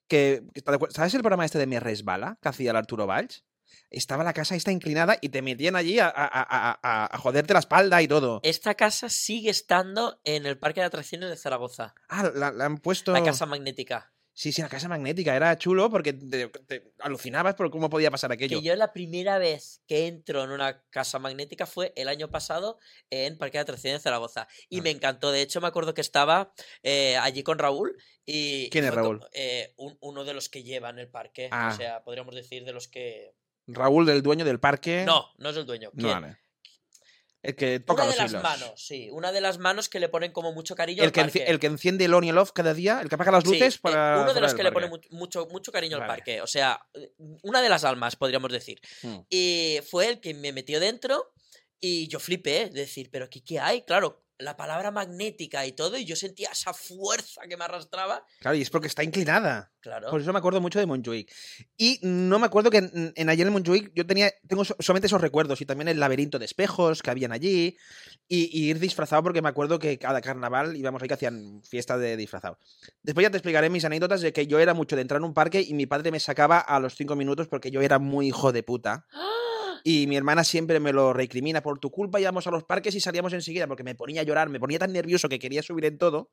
S2: que... que está de acuer- ¿Sabes el programa este de Me Resbala que hacía el Arturo Valls? Estaba la casa esta inclinada y te metían allí a, a- a- a- a- a joderte la espalda y todo.
S3: Esta casa sigue estando en el parque de atracciones de Zaragoza.
S2: Ah, la, la han puesto.
S3: La casa magnética.
S2: Sí, sí, la casa magnética. Era chulo porque te, te alucinabas por cómo podía pasar aquello.
S3: Que yo la primera vez que entro en una casa magnética fue el año pasado en Parque de Atracciones de Zaragoza. Y
S2: Ah.
S3: me encantó. De hecho, me acuerdo que estaba eh, allí con Raúl. Y, y
S2: ¿Quién es
S3: fue como,
S2: Raúl?
S3: eh, un- uno de los que llevan el parque.
S2: Ah.
S3: O sea, podríamos decir de los que.
S2: Raúl, el dueño del parque.
S3: No, no es el dueño.
S2: no
S3: ¿quién?
S2: vale. El que toca
S3: Una de
S2: los
S3: las
S2: hilos.
S3: manos, sí. Una de las manos que le ponen como mucho cariño
S2: El
S3: al
S2: que, enci-
S3: parque.
S2: el que enciende el on y el off cada día, el que apaga las
S3: Sí,
S2: luces
S3: eh,
S2: para.
S3: uno de
S2: cerrar
S3: los
S2: el
S3: que le pone
S2: parque.
S3: mucho, mucho, mucho cariño al
S2: Vale.
S3: parque. O sea, eh, una de las almas, podríamos decir.
S2: Mm.
S3: Y eh, fue el que me metió dentro y yo flipé, decir, pero aquí qué hay, claro, la palabra magnética y todo, y yo sentía esa fuerza que me arrastraba,
S2: Claro, y es porque está inclinada.
S3: claro.
S2: Por eso me acuerdo mucho de Montjuic. Y no me acuerdo que en, en ayer en Montjuic yo tenía, tengo so- solamente esos recuerdos y también el laberinto de espejos que habían allí y, y ir disfrazado porque me acuerdo que cada carnaval íbamos ahí que hacían fiesta de disfrazado. Después ya te explicaré mis anécdotas de que yo era mucho de entrar en un parque y mi padre me sacaba a los cinco minutos porque yo era muy hijo de puta.
S3: ¡Ah!
S2: Y mi hermana siempre me lo recrimina por tu culpa, íbamos a los parques y salíamos enseguida porque me ponía a llorar, me ponía tan nervioso que quería subir en todo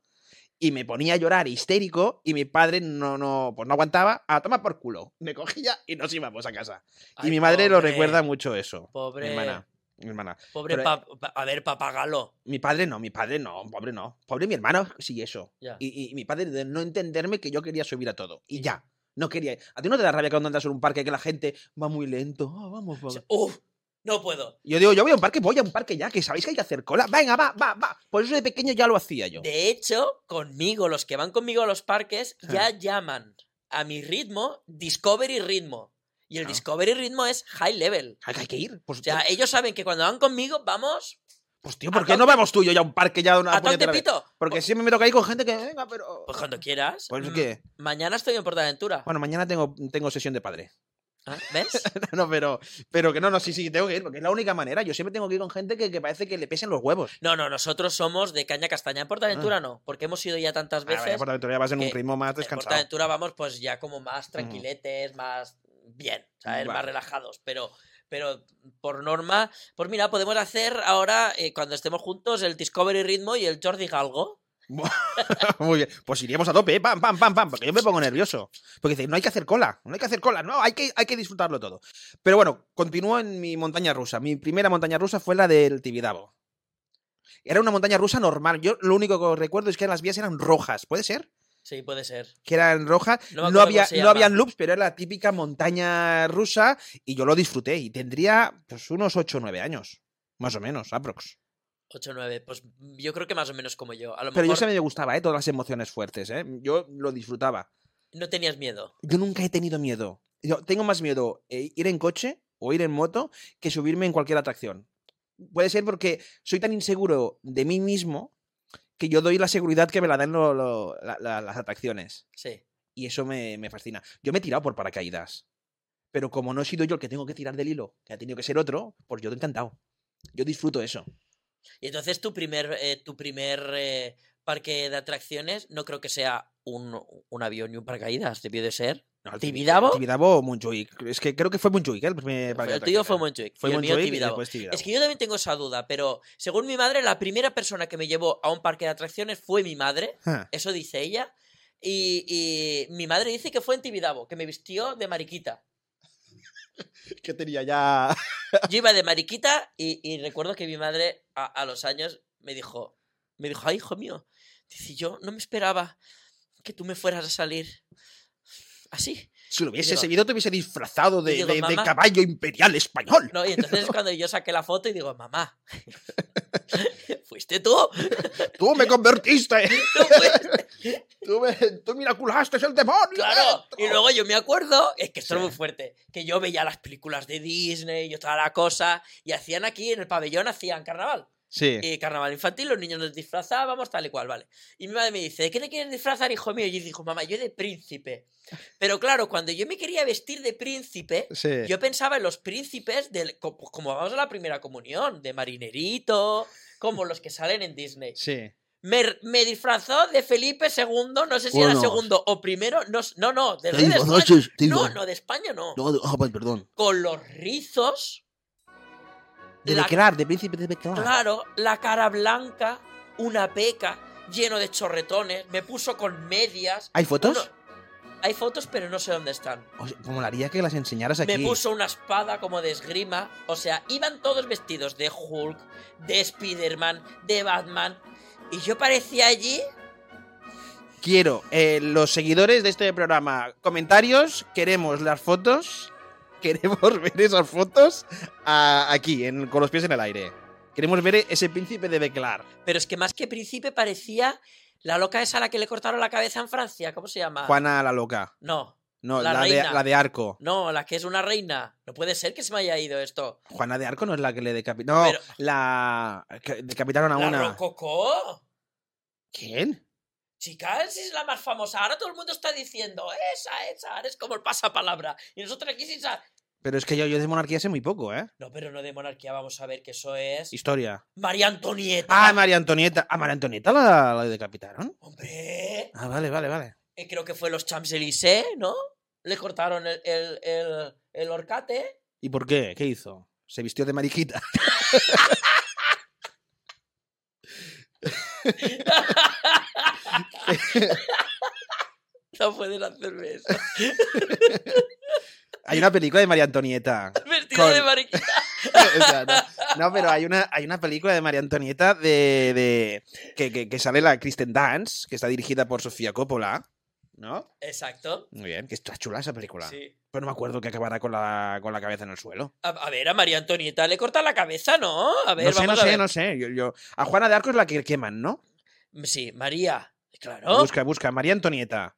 S2: y me ponía a llorar histérico y mi padre no, no, pues no aguantaba, a tomar por culo, me cogía y nos íbamos a casa.
S3: Ay,
S2: y mi madre lo
S3: pobre,
S2: recuerda mucho eso.
S3: Pobre.
S2: hermana. mi hermana.
S3: Pobre
S2: Pero-
S3: pa- pa- A ver, papagalo.
S2: Mi padre no, mi padre no, pobre no. Pobre mi hermano, sí, eso.
S3: Ya.
S2: Y, y mi padre de no entenderme que yo quería subir a todo. Y ya. No quería. ¿A ti no te da rabia cuando andas en un parque que la gente va muy lento? Ah, vamos,
S3: O
S2: vamos.
S3: sea, ¡Uf! No puedo.
S2: Yo digo, yo voy a un parque, voy a un parque ya, que sabéis que hay que hacer cola. Venga, va, va, va. Por eso de pequeño ya lo hacía yo.
S3: De hecho, conmigo, los que van conmigo a los parques, ya llaman a mi ritmo Discovery Ritmo. Y el
S2: Ah.
S3: Discovery Ritmo es high level.
S2: Hay hay que ir. Pues,
S3: O sea, ellos saben que cuando van conmigo, vamos
S2: pues, tío,
S3: eh, a
S2: ¿por qué
S3: to-
S2: no vamos tú y yo ya a un parque ya de una
S3: a tonte
S2: puñetera vez?
S3: pito.
S2: Porque siempre me toca ir con gente que venga, pero.
S3: Pues cuando quieras.
S2: Pues
S3: Mm,
S2: que.
S3: Mañana estoy en Portaventura.
S2: Bueno, mañana tengo, tengo sesión de padre.
S3: Ah, ¿Ves?
S2: no, pero, pero que no, no, sí, sí, tengo que ir, porque es la única manera. Yo siempre tengo que ir con gente que, que parece que le pesen los huevos.
S3: No, no, nosotros somos de caña castaña. En Portaventura no, porque hemos ido ya tantas
S2: Ah,
S3: veces.
S2: vaya, Portaventura ya vas en un
S3: que-
S2: ritmo más
S3: en
S2: descansado. Mm.
S3: Portaventura vamos pues ya como más tranquiletes, más bien, ¿sabes? Más
S2: Vale.
S3: relajados, pero, pero por norma, pues mira, podemos hacer ahora, eh, cuando estemos juntos, el Discovery Ritmo y el Jordi Galgo.
S2: Muy bien, pues iríamos a tope, ¿eh? pam, pam, pam, pam, porque yo me pongo nervioso. Porque dice, no hay que hacer cola, no hay que hacer cola, no, hay que, hay que disfrutarlo todo. Pero bueno, continúo en mi montaña rusa. Mi primera montaña rusa fue la del Tibidabo. Era una montaña rusa normal. Yo lo único que recuerdo es que las vías eran rojas, ¿puede ser?
S3: Sí, puede ser.
S2: Que eran rojas,
S3: No me
S2: no,
S3: acuerdo
S2: había,
S3: cómo se
S2: no
S3: llama.
S2: habían loops, pero era la típica montaña rusa y yo lo disfruté y tendría pues unos 8 o 9 años, más o menos, aprox.
S3: 8 9, pues yo creo que más o menos como yo. A lo
S2: Pero yo
S3: mejor
S2: se me gustaba, ¿eh? Todas las emociones fuertes, ¿eh? Yo lo disfrutaba.
S3: no tenías miedo.
S2: Yo nunca he tenido miedo. Yo tengo más miedo eh, ir en coche o ir en moto que subirme en cualquier atracción. Puede ser porque soy tan inseguro de mí mismo que yo doy la seguridad que me la dan lo- lo- la- la- las atracciones.
S3: Sí.
S2: Y eso me, me fascina. Yo me he tirado por paracaídas. Pero como no he sido yo el que tengo que tirar del hilo, que ha tenido que ser otro, pues yo te he encantado. Yo disfruto eso.
S3: Y entonces tu primer, eh, tu primer eh, parque de atracciones no creo que sea un, un avión y un paracaídas, debió de ser.
S2: No, el
S3: ¿Tibidabo?
S2: Tibidabo o Montjuic. Es que creo que fue Montjuic, ¿eh? El primer parque de
S3: el tuyo fue
S2: atracciones.
S3: Montjuic.
S2: Fue
S3: y el mío
S2: Montjuic y
S3: Tibidabo.
S2: después Tibidabo.
S3: Es que yo también tengo esa duda, pero según mi madre, la primera persona que me llevó a un parque de atracciones fue mi madre,
S2: Ah,
S3: eso dice ella, y, y mi madre dice que fue en Tibidabo, que me vistió de mariquita.
S2: Que tenía ya...
S3: Yo iba de mariquita y, y recuerdo que mi madre a, a los años me dijo, me dijo, ay, hijo mío, dice, yo no me esperaba que tú me fueras a salir así.
S2: Si lo hubiese
S3: digo-
S2: seguido, te hubiese disfrazado de,
S3: digo,
S2: de- de
S3: "Mamá".
S2: caballo imperial español.
S3: No, y entonces es cuando yo saqué la foto y digo, mamá, ¿fuiste tú?
S2: Tú me convertiste.
S3: ¿Tú fuiste?
S2: Tú, me, tú miraculaste el demonio.
S3: Claro,
S2: dentro.
S3: y luego yo me acuerdo, es que esto es
S2: Sí.
S3: muy fuerte, que yo veía las películas de Disney y toda la cosa, y hacían aquí en el pabellón, hacían carnaval.
S2: Sí.
S3: Y eh, carnaval infantil, los niños nos disfrazábamos, tal y cual, vale. Y mi madre me dice, ¿de qué te quieres disfrazar, hijo mío? Y yo digo, mamá, yo de príncipe. Pero claro, cuando yo me quería vestir de príncipe,
S2: Sí.
S3: yo pensaba en los príncipes del, co- pues, como vamos a la primera comunión, de marinerito, como los que salen en Disney.
S2: Sí.
S3: Me, me disfrazó de Felipe II, no sé si era
S2: Bueno.
S3: segundo o primero, no, s- no, no,
S2: Te
S3: de rey de
S2: digo, no,
S3: España.
S2: sí, te
S3: No,
S2: digo. eh,
S3: no, de España no.
S2: No, de- ah, vale, perdón.
S3: Con los rizos,
S2: De
S3: La-
S2: Bequelar, de príncipe de ah. Bequelar.
S3: claro, la cara blanca, una peca, lleno de chorretones, me puso con medias.
S2: ¿Hay fotos?
S3: uno- Hay fotos, pero no sé dónde están.
S2: O sea, me molaría que las enseñaras aquí.
S3: Me puso una espada como de esgrima. O sea, iban todos vestidos de Hulk, de Spider-Man, de Batman. Y yo parecía allí.
S2: Quiero eh, los seguidores de este programa comentarios. Queremos las fotos. Queremos ver esas fotos ah, aquí, en- con los pies en el aire. Queremos ver ese príncipe de Bequelar.
S3: Pero es que más que príncipe parecía la loca esa a la que le cortaron la cabeza en Francia. ¿Cómo se llama?
S2: Juana la loca.
S3: No,
S2: No,
S3: Ah. La
S2: la, de,
S3: reina.
S2: la de Arco.
S3: no, la que es una reina. No puede ser que se me haya ido esto.
S2: Juana de Arco no es la que le decapitó. No,
S3: Pero-
S2: la. que Decapitaron a
S3: ¿La
S2: una.
S3: Rococó?
S2: ¿Quién?
S3: Chicas, es la más famosa. Ahora todo el mundo está diciendo, esa, esa, ahora es como el pasapalabra. Y nosotros aquí sin saber.
S2: Pero es que yo, yo de monarquía sé muy poco, ¿eh?
S3: No, pero no de monarquía, vamos a ver que eso es.
S2: Historia.
S3: María Antonieta.
S2: Ah, María Antonieta. Ah, María Antonieta la, la decapitaron.
S3: Hombre.
S2: Ah, vale, vale, vale.
S3: Eh, creo que fue los Champs-Élysées, ¿no? Le cortaron el, el, el, el horcate.
S2: ¿Y por qué? ¿Qué hizo? Se vistió de mariquita.
S3: No pueden hacerme eso.
S2: Hay una película de María Antonieta.
S3: Vestido
S2: Con-
S3: de mariquita.
S2: O sea, no, No, pero hay una, hay una película de María Antonieta de, de- que, que- que sale la Kristen Dance, que está dirigida por Sofía Coppola, ¿no?
S3: Exacto.
S2: Muy bien, que está chula esa película.
S3: Sí.
S2: Pero no me acuerdo que acabará con la, con la cabeza en el suelo.
S3: A, a ver, a María Antonieta le corta la cabeza, ¿no? A ver,
S2: no sé, no
S3: vamos a
S2: sé,
S3: ver.
S2: no sé. Yo, yo- a Juana de Arco es la que queman, ¿no?
S3: Sí, María. Claro.
S2: Busca, busca. María Antonieta.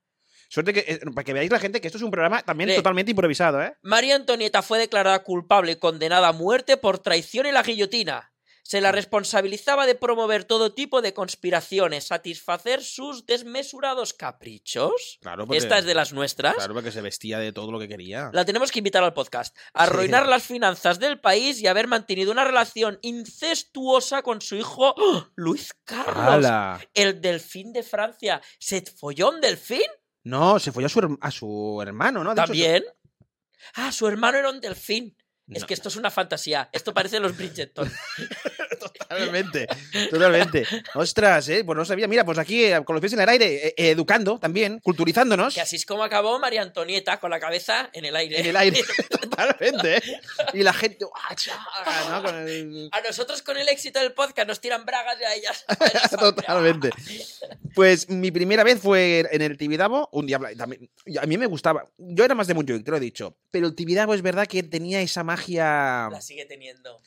S2: Suerte que, eh, para que veáis la gente que esto es un programa también
S3: Le-
S2: totalmente improvisado, ¿eh?
S3: María Antonieta fue declarada culpable y condenada a muerte por traición y la guillotina. Se la responsabilizaba de promover todo tipo de conspiraciones, satisfacer sus desmesurados caprichos.
S2: Claro,
S3: Esta es de las nuestras.
S2: Claro, porque se vestía de todo lo que quería.
S3: La tenemos que invitar al podcast. Arruinar las finanzas del país y haber mantenido una relación incestuosa con su hijo ¡oh! Luis Carlos.
S2: ¡Hala!
S3: El delfín de Francia. ¿Se folló un delfín?
S2: No, se fue a su, herm- a su hermano, ¿no? De hecho,
S3: También. Ah, su hermano era un delfín. Es
S2: No.
S3: que esto es una fantasía. Esto parece los Bridgeton.
S2: Totalmente, totalmente. Ostras, ¿eh? Pues no sabía. Mira, pues aquí, eh, con los pies en el aire, eh, eh, educando también, culturizándonos.
S3: Que así es como acabó María Antonieta con la cabeza en el aire.
S2: En el aire, totalmente. ¿eh? Y la gente, ¡guau, chaga! ¿no? Con el-
S3: A nosotros con el éxito del podcast nos tiran bragas y a ellas.
S2: Totalmente. Pues mi primera vez fue en el Tibidabo, un día bla- también, y a mí me gustaba. Yo era más de Montjuic, te lo he dicho, pero el Tibidabo es verdad que tenía esa magia.
S3: ah, La sigue teniendo.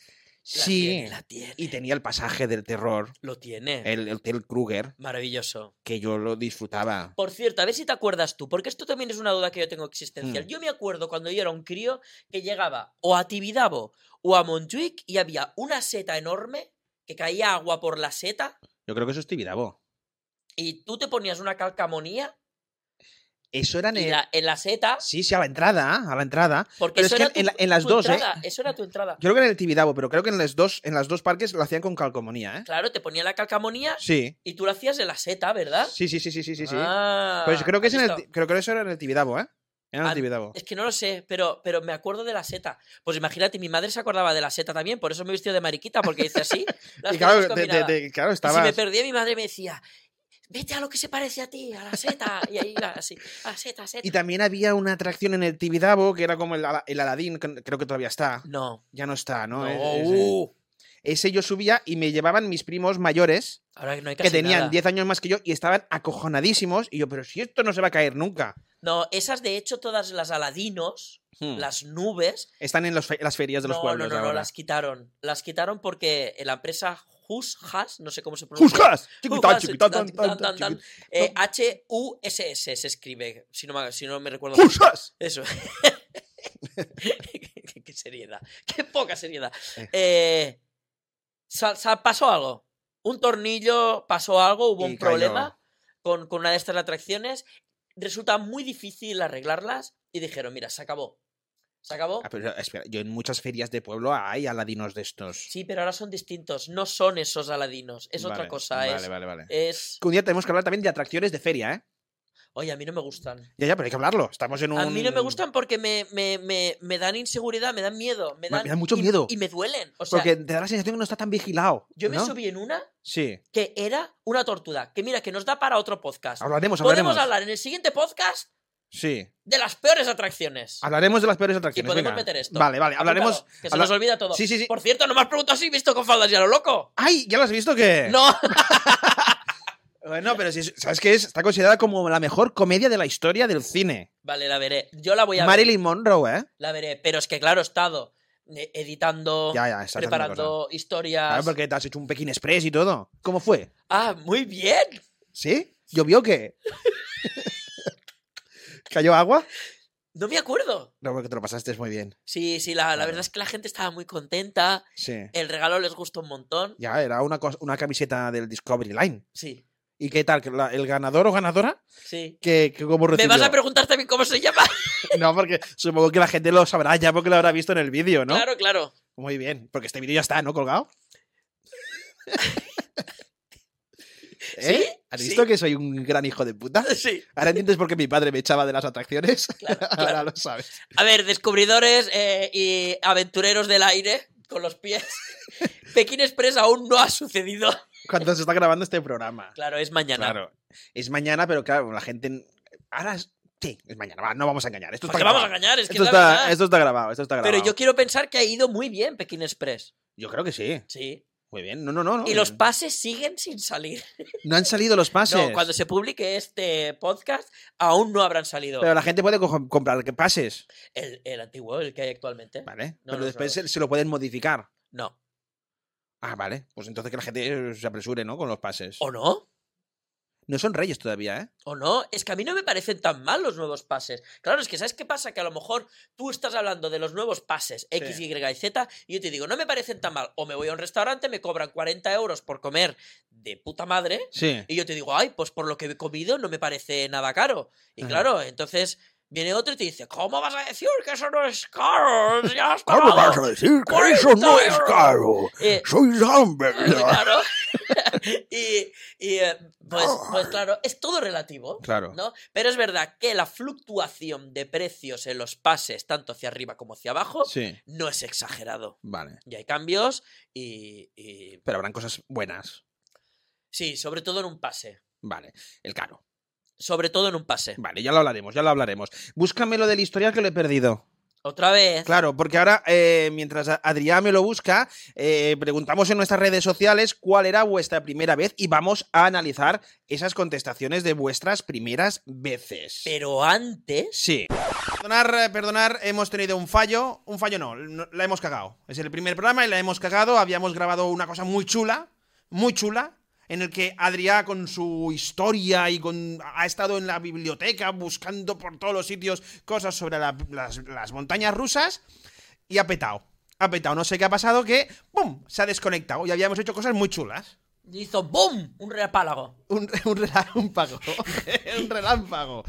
S3: La
S2: sí.
S3: tiene, la tiene.
S2: Y Eh. tenía el pasaje del terror,
S3: Lo tiene.
S2: el, el Tel Kruger,
S3: Maravilloso.
S2: que yo lo disfrutaba.
S3: Por cierto, a ver si te acuerdas tú, porque esto también es una duda que yo tengo existencial.
S2: Mm.
S3: Yo me acuerdo cuando yo era un crío que llegaba o a Tibidabo o a Montjuic y había una seta enorme que caía agua por la seta
S2: Yo creo que eso es Tibidabo.
S3: y tú te ponías una calcamonía
S2: Eso era en
S3: y
S2: el-
S3: la- en la seta
S2: Sí, sí, a la entrada, a la entrada.
S3: porque
S2: Pero
S3: eso
S2: es que
S3: era tu-
S2: en la- en las
S3: tu
S2: dos, ¿eh?
S3: entrada, Eso era tu entrada.
S2: Creo que en el Tibidabo, pero creo que en las dos, en las dos parques lo hacían con calcomanía, ¿eh?
S3: Claro, te ponía la calcamonía
S2: Sí.
S3: y tú la hacías en la seta, ¿verdad?
S2: Sí, sí, sí, sí, sí, sí. sí.
S3: Ah,
S2: Pues creo que, es
S3: ¿has
S2: en el,
S3: visto?
S2: ti- creo que eso era en el Tibidabo, ¿eh? Era en
S3: Ah,
S2: el Tibidabo.
S3: Es que no lo sé, pero, pero me acuerdo de la seta. Pues imagínate, mi madre se acordaba de la seta también, por eso me he vestido de mariquita, porque dice así. las
S2: Y claro,
S3: cosas
S2: te- te-
S3: combinadas.
S2: te- claro
S3: Y Si
S2: estabas...
S3: me perdía, mi madre me decía, vete a lo que se parece a ti, a la seta. Y ahí, la- así, a la seta, a la seta.
S2: Y también había una atracción en el Tibidabo que era como el, Ala- el Aladín, que creo que todavía está.
S3: No,
S2: Ya no está, ¿no?
S3: no,
S2: E- ese.
S3: uh,
S2: Ese yo subía y me llevaban mis primos mayores,
S3: ahora que no hay
S2: que
S3: casi nada.
S2: tenían 10 años más que yo, y estaban acojonadísimos. Y yo, pero si esto no se va a caer nunca.
S3: No, esas de hecho, todas las aladinos,
S2: Hmm.
S3: las nubes,
S2: Están en los fe- las ferias de los
S3: no, no,
S2: pueblos
S3: no, no,
S2: ahora.
S3: las quitaron. Las quitaron porque la empresa Husjas, no sé cómo se pronuncia.
S2: ¡Juzgas!
S3: Husjas,
S2: Chiquitán, chiquitán, tan, tan,
S3: tan, tan.
S2: tan,
S3: Eh, H-U-S-S se escribe, si no, me- si no me recuerdo. mal.
S2: ¡Juzgas!
S3: Eso. qué, qué seriedad. Qué poca seriedad. Eh, sal- sal- pasó algo. Un tornillo, pasó algo, hubo
S2: Y
S3: un problema con, con una de estas atracciones. Resulta muy difícil arreglarlas y dijeron, mira, se acabó. Se acabó.
S2: Ah, pero espera, yo en muchas ferias de pueblo hay aladinos de estos.
S3: Sí, pero ahora son distintos. No son esos aladinos. Es otra
S2: Vale,
S3: cosa.
S2: Vale,
S3: es,
S2: vale, vale.
S3: es...
S2: Un día tenemos que hablar también de atracciones de feria, ¿eh?
S3: Oye, a mí no me gustan.
S2: Ya, ya, pero hay que hablarlo. Estamos en un.
S3: A mí no me gustan porque me, me, me, me dan inseguridad, me dan miedo. Me
S2: Ma-
S3: dan,
S2: me dan mucho
S3: y-
S2: miedo.
S3: Y me duelen. O sea,
S2: Porque te da la sensación que no está tan vigilado.
S3: yo me
S2: ¿no?
S3: subí en una
S2: Sí.
S3: que era una tortuga. Que mira, que nos da para otro podcast.
S2: Hablaremos, hablaremos.
S3: Podemos hablar en el siguiente podcast
S2: Sí.
S3: de las peores atracciones.
S2: Hablaremos de las peores
S3: Y
S2: atracciones.
S3: podemos
S2: venga.
S3: meter esto.
S2: Vale, vale. Hablaremos.
S3: Apúntalo, que se
S2: habla-
S3: nos olvida todo.
S2: Sí, sí, sí.
S3: Por cierto, no me has preguntado si he visto con faldas y a lo loco.
S2: ¡Ay! ¿Ya lo has visto que.?
S3: No.
S2: Bueno, pero si, ¿sabes qué es? Está considerada como la mejor comedia de la historia del cine.
S3: Vale, la veré. Yo la voy a ver.
S2: Marilyn Monroe, ¿eh?
S3: La veré. Pero es que, claro, he estado eh, editando,
S2: Ya, ya, está haciendo cosas.
S3: preparando historias.
S2: Claro, porque te has hecho un Pekín Express y todo. ¿Cómo fue?
S3: Ah, muy bien.
S2: ¿Sí? ¿Llovió o qué? ¿Cayó agua?
S3: No me acuerdo.
S2: No, porque te lo pasaste muy bien.
S3: Sí, sí, la, la
S2: Claro.
S3: verdad es que la gente estaba muy contenta.
S2: Sí.
S3: El regalo les gustó un montón.
S2: Ya, era una, cos- una camiseta del Discovery Line.
S3: Sí,
S2: ¿Y qué tal? ¿Que la- ¿El ganador o ganadora?
S3: sí.
S2: ¿Qué, qué, ¿Cómo
S3: ¿Me
S2: recibió?
S3: vas a preguntar también cómo se llama?
S2: No, porque supongo que la gente lo sabrá ya porque lo habrá visto en el vídeo, ¿no?
S3: Claro, claro.
S2: Muy bien, porque este vídeo ya está, ¿no? Colgado. ¿Eh? ¿Has
S3: sí.
S2: visto que soy un gran hijo de puta?
S3: Sí.
S2: Ahora entiendes por qué mi padre me echaba de las atracciones.
S3: Claro,
S2: Ahora
S3: claro.
S2: lo sabes.
S3: A ver, descubridores eh, y aventureros del aire con los pies. Pekín Express aún no ha sucedido.
S2: Cuando se está grabando este programa.
S3: Claro, es mañana.
S2: Claro. Es mañana, pero claro, la gente. Ahora es- Sí, es mañana. Va, no vamos a engañar. Esto
S3: ¿Para
S2: está
S3: qué vamos a
S2: grabado.
S3: engañar? Es que
S2: esto,
S3: es la
S2: está,
S3: verdad.
S2: esto está grabado, esto está grabado.
S3: Pero yo quiero pensar que ha ido muy bien Pekín Express.
S2: Yo creo que sí.
S3: Sí.
S2: Muy bien. No, no, no. no.
S3: Y los pases siguen sin salir.
S2: No han salido los pases.
S3: No, cuando se publique este podcast, aún no habrán salido.
S2: Pero la gente puede cojo- comprar que pases.
S3: El, el antiguo, el que hay actualmente.
S2: Vale.
S3: No,
S2: Pero
S3: no,
S2: después
S3: no.
S2: se- se lo pueden modificar.
S3: No.
S2: Ah, vale. Pues entonces que la gente eh, se apresure, ¿no? Con los pases.
S3: ¿O no?
S2: No son reyes todavía, ¿eh?
S3: ¿O no? Es que a mí no me parecen tan mal los nuevos pases. Claro, es que ¿sabes qué pasa? Que a lo mejor tú estás hablando de los nuevos pases X,
S2: Sí.
S3: Y y Z y yo te digo, no me parecen tan mal. O me voy a un restaurante, me cobran 40 euros por comer de puta madre
S2: Sí.
S3: y yo te digo, ay, pues por lo que he comido no me parece nada caro. Y
S2: Ajá.
S3: claro, entonces viene otro y te dice, ¿cómo vas a decir que eso no es caro? Ya está
S1: ¿Cómo vas
S3: pagado".
S1: a decir que
S3: 40
S1: eso no es
S3: euros.
S1: caro?
S3: Eh,
S1: Soy hambre.
S3: claro. y y, eh, pues,
S1: Ah.
S3: pues claro, es todo relativo.
S2: Claro.
S3: ¿no? Pero es verdad que la fluctuación de precios en los pases, tanto hacia arriba como hacia abajo,
S2: Sí.
S3: no es exagerado.
S2: Vale.
S3: Y hay cambios y, y-
S2: Pero habrán cosas buenas.
S3: Sí, sobre todo en un pase.
S2: Vale. El caro.
S3: Sobre todo en un pase.
S2: Vale, ya lo hablaremos, ya lo hablaremos. Búscame lo del historial que lo he perdido.
S3: Otra vez.
S2: Claro, porque ahora, eh, mientras a- Adrián me lo busca, eh, preguntamos en nuestras redes sociales cuál era vuestra primera vez y vamos a analizar esas contestaciones de vuestras primeras veces.
S3: Pero antes.
S2: Sí. Perdonar, eh, perdonar, hemos tenido un fallo. Un fallo no, no, la hemos cagado. Es el primer programa y la hemos cagado. Habíamos grabado una cosa muy chula, muy chula, en el que Adrián con su historia y con... ha estado en la biblioteca buscando por todos los sitios cosas sobre la- las, las montañas rusas y ha petado. Ha petado, no sé qué ha pasado, que ¡pum! se ha desconectado y habíamos hecho cosas muy chulas.
S3: Hizo ¡boom! Un repálago.
S2: Un, re- un relámpago. un relámpago.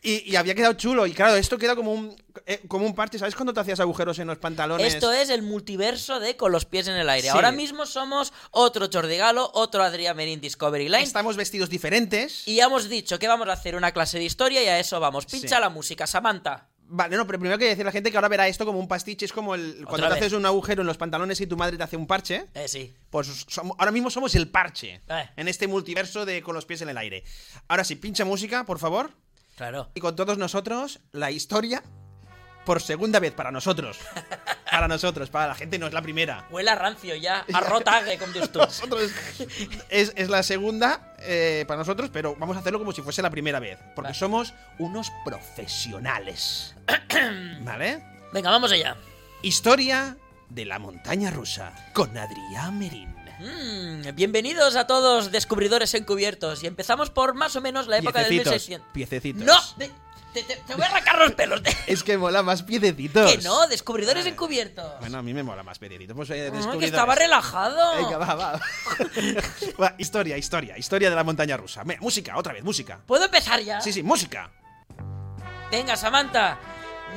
S2: Y, y había quedado chulo. Y claro, esto queda como un, eh, como un parche. ¿Sabes cuando te hacías agujeros en los pantalones?
S3: Esto es el multiverso de Con los pies en el
S2: Sí.
S3: aire. Ahora mismo somos otro Chordigalo, otro Adrián Merín Discovery Line.
S2: Estamos vestidos diferentes.
S3: Y ya hemos dicho que vamos a hacer una clase de historia y a eso vamos. Pincha
S2: Sí.
S3: la música, Samantha.
S2: Vale, no, pero primero que decir a la gente que ahora verá esto como un pastiche. Es como el, cuando te
S3: vez.
S2: haces un agujero en los pantalones y tu madre te hace un parche.
S3: Eh, sí.
S2: Pues som- ahora mismo somos el parche.
S3: Eh.
S2: En este multiverso de con los pies en el aire. Ahora sí, pincha música, por favor.
S3: Claro.
S2: Y con todos nosotros, la historia por segunda vez para nosotros. Para nosotros, para la gente no es la primera.
S3: Huele a rancio ya, a rotague, com dius tu.
S2: Nosotros- es, es la segunda eh, para nosotros, pero vamos a hacerlo como si fuese la primera vez. Porque
S3: Vale.
S2: somos unos profesionales. ¿Vale?
S3: Venga, vamos allá.
S2: Historia de la montaña rusa con Adrián Merín.
S3: Mm, bienvenidos a todos, descubridores encubiertos. Y empezamos por más o menos la época del
S2: Piececitos,
S3: 1600.
S2: piececitos.
S3: ¡No! Te, te- te voy a arrancar los pelos.
S2: Es que mola más piececitos.
S3: ¡Que no! ¡Descubridores encubiertos!
S2: Bueno, a mí me mola más piececitos. Pues, eh,
S3: Ah, que
S2: descubridores.
S3: estaba relajado.
S2: Venga, va, va. Va, historia, historia, historia de la montaña rusa. Mira, música, otra vez, música.
S3: ¿Puedo empezar ya?
S2: Sí, sí, música.
S3: Venga, Samantha.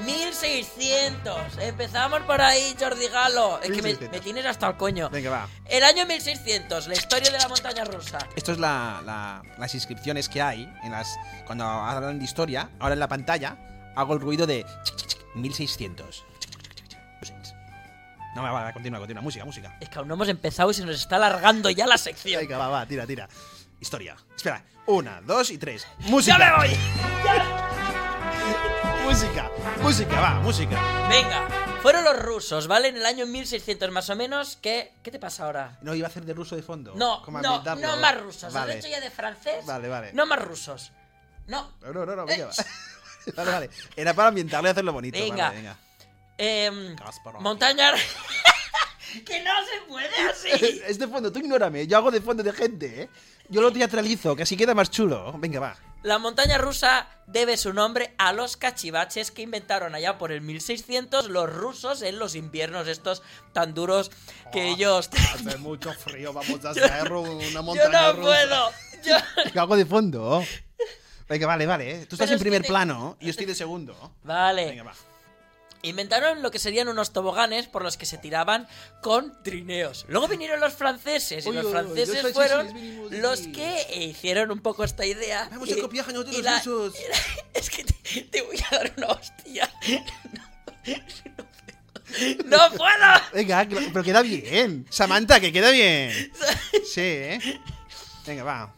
S3: 1600. Empezamos por ahí, Jordi Galo. Es que me,
S2: 1600.
S3: me tienes hasta el coño.
S2: Venga, va.
S3: El año 1600, la historia de la montaña rusa.
S2: Esto es la, la- las inscripciones que hay en las cuando hablan de historia. Ahora en la pantalla hago el ruido de 1600. No, va, va, continúa, continúa. Música, música.
S3: Es que aún no hemos empezado y se nos está alargando ya la sección.
S2: Venga, va, va, tira, tira. Historia. Espera. Una, dos y tres.
S3: ¡Ya
S2: Música.
S3: me voy!
S2: Música. Música, va, música.
S3: Venga, fueron los rusos, ¿vale? En el año 1600 más o menos que... ¿Qué te pasa ahora?
S2: No, iba a hacer de ruso de fondo.
S3: No,
S2: Como
S3: no,
S2: ambientarlo.
S3: no más rusos. Has
S2: Vale.
S3: hecho ya de francés?
S2: Vale, vale.
S3: No más rusos. No.
S2: No, no, no, no, venga, va. Vale, vale. Era para ambientarlo y hacerlo bonito.
S3: Venga.
S2: Vale, venga.
S3: Eh,
S2: Kasparov.
S3: montaña... que no se puede así.
S2: Es de fondo, tú ignórame, yo hago de fondo de gente, ¿eh? Yo lo teatralizo, que así queda más chulo. Venga, va.
S3: La montaña rusa debe su nombre a los cachivaches que inventaron allá por el 1600 los rusos en los inviernos estos tan duros que ellos...
S2: Ah, Hace mucho frío, vamos a hacer una
S3: Yo no puedo. Yo...
S2: Yo hago de fondo. Venga, vale, vale. ¿eh? Tú estás
S3: Pero es
S2: en
S3: que
S2: primer
S3: te- Eh,
S2: plano y yo estoy de segundo.
S3: Vale.
S2: Venga, va.
S3: Inventaron lo que serían unos toboganes por los que se tiraban con trineos. Luego vinieron los franceses y
S2: Uy,
S3: los
S2: uy, uy,
S3: franceses
S2: los franceses
S3: fueron
S2: venimos de
S3: los
S2: aquí.
S3: que hicieron un poco esta idea.
S2: Vamos a
S3: y-
S2: copiar a nosotros
S3: y
S2: los rusos.
S3: y la- es que te, te voy a dar una hostia. No, no puedo.
S2: Venga, que- pero queda bien. Samantha, que queda bien. Sí, ¿eh? Venga, va.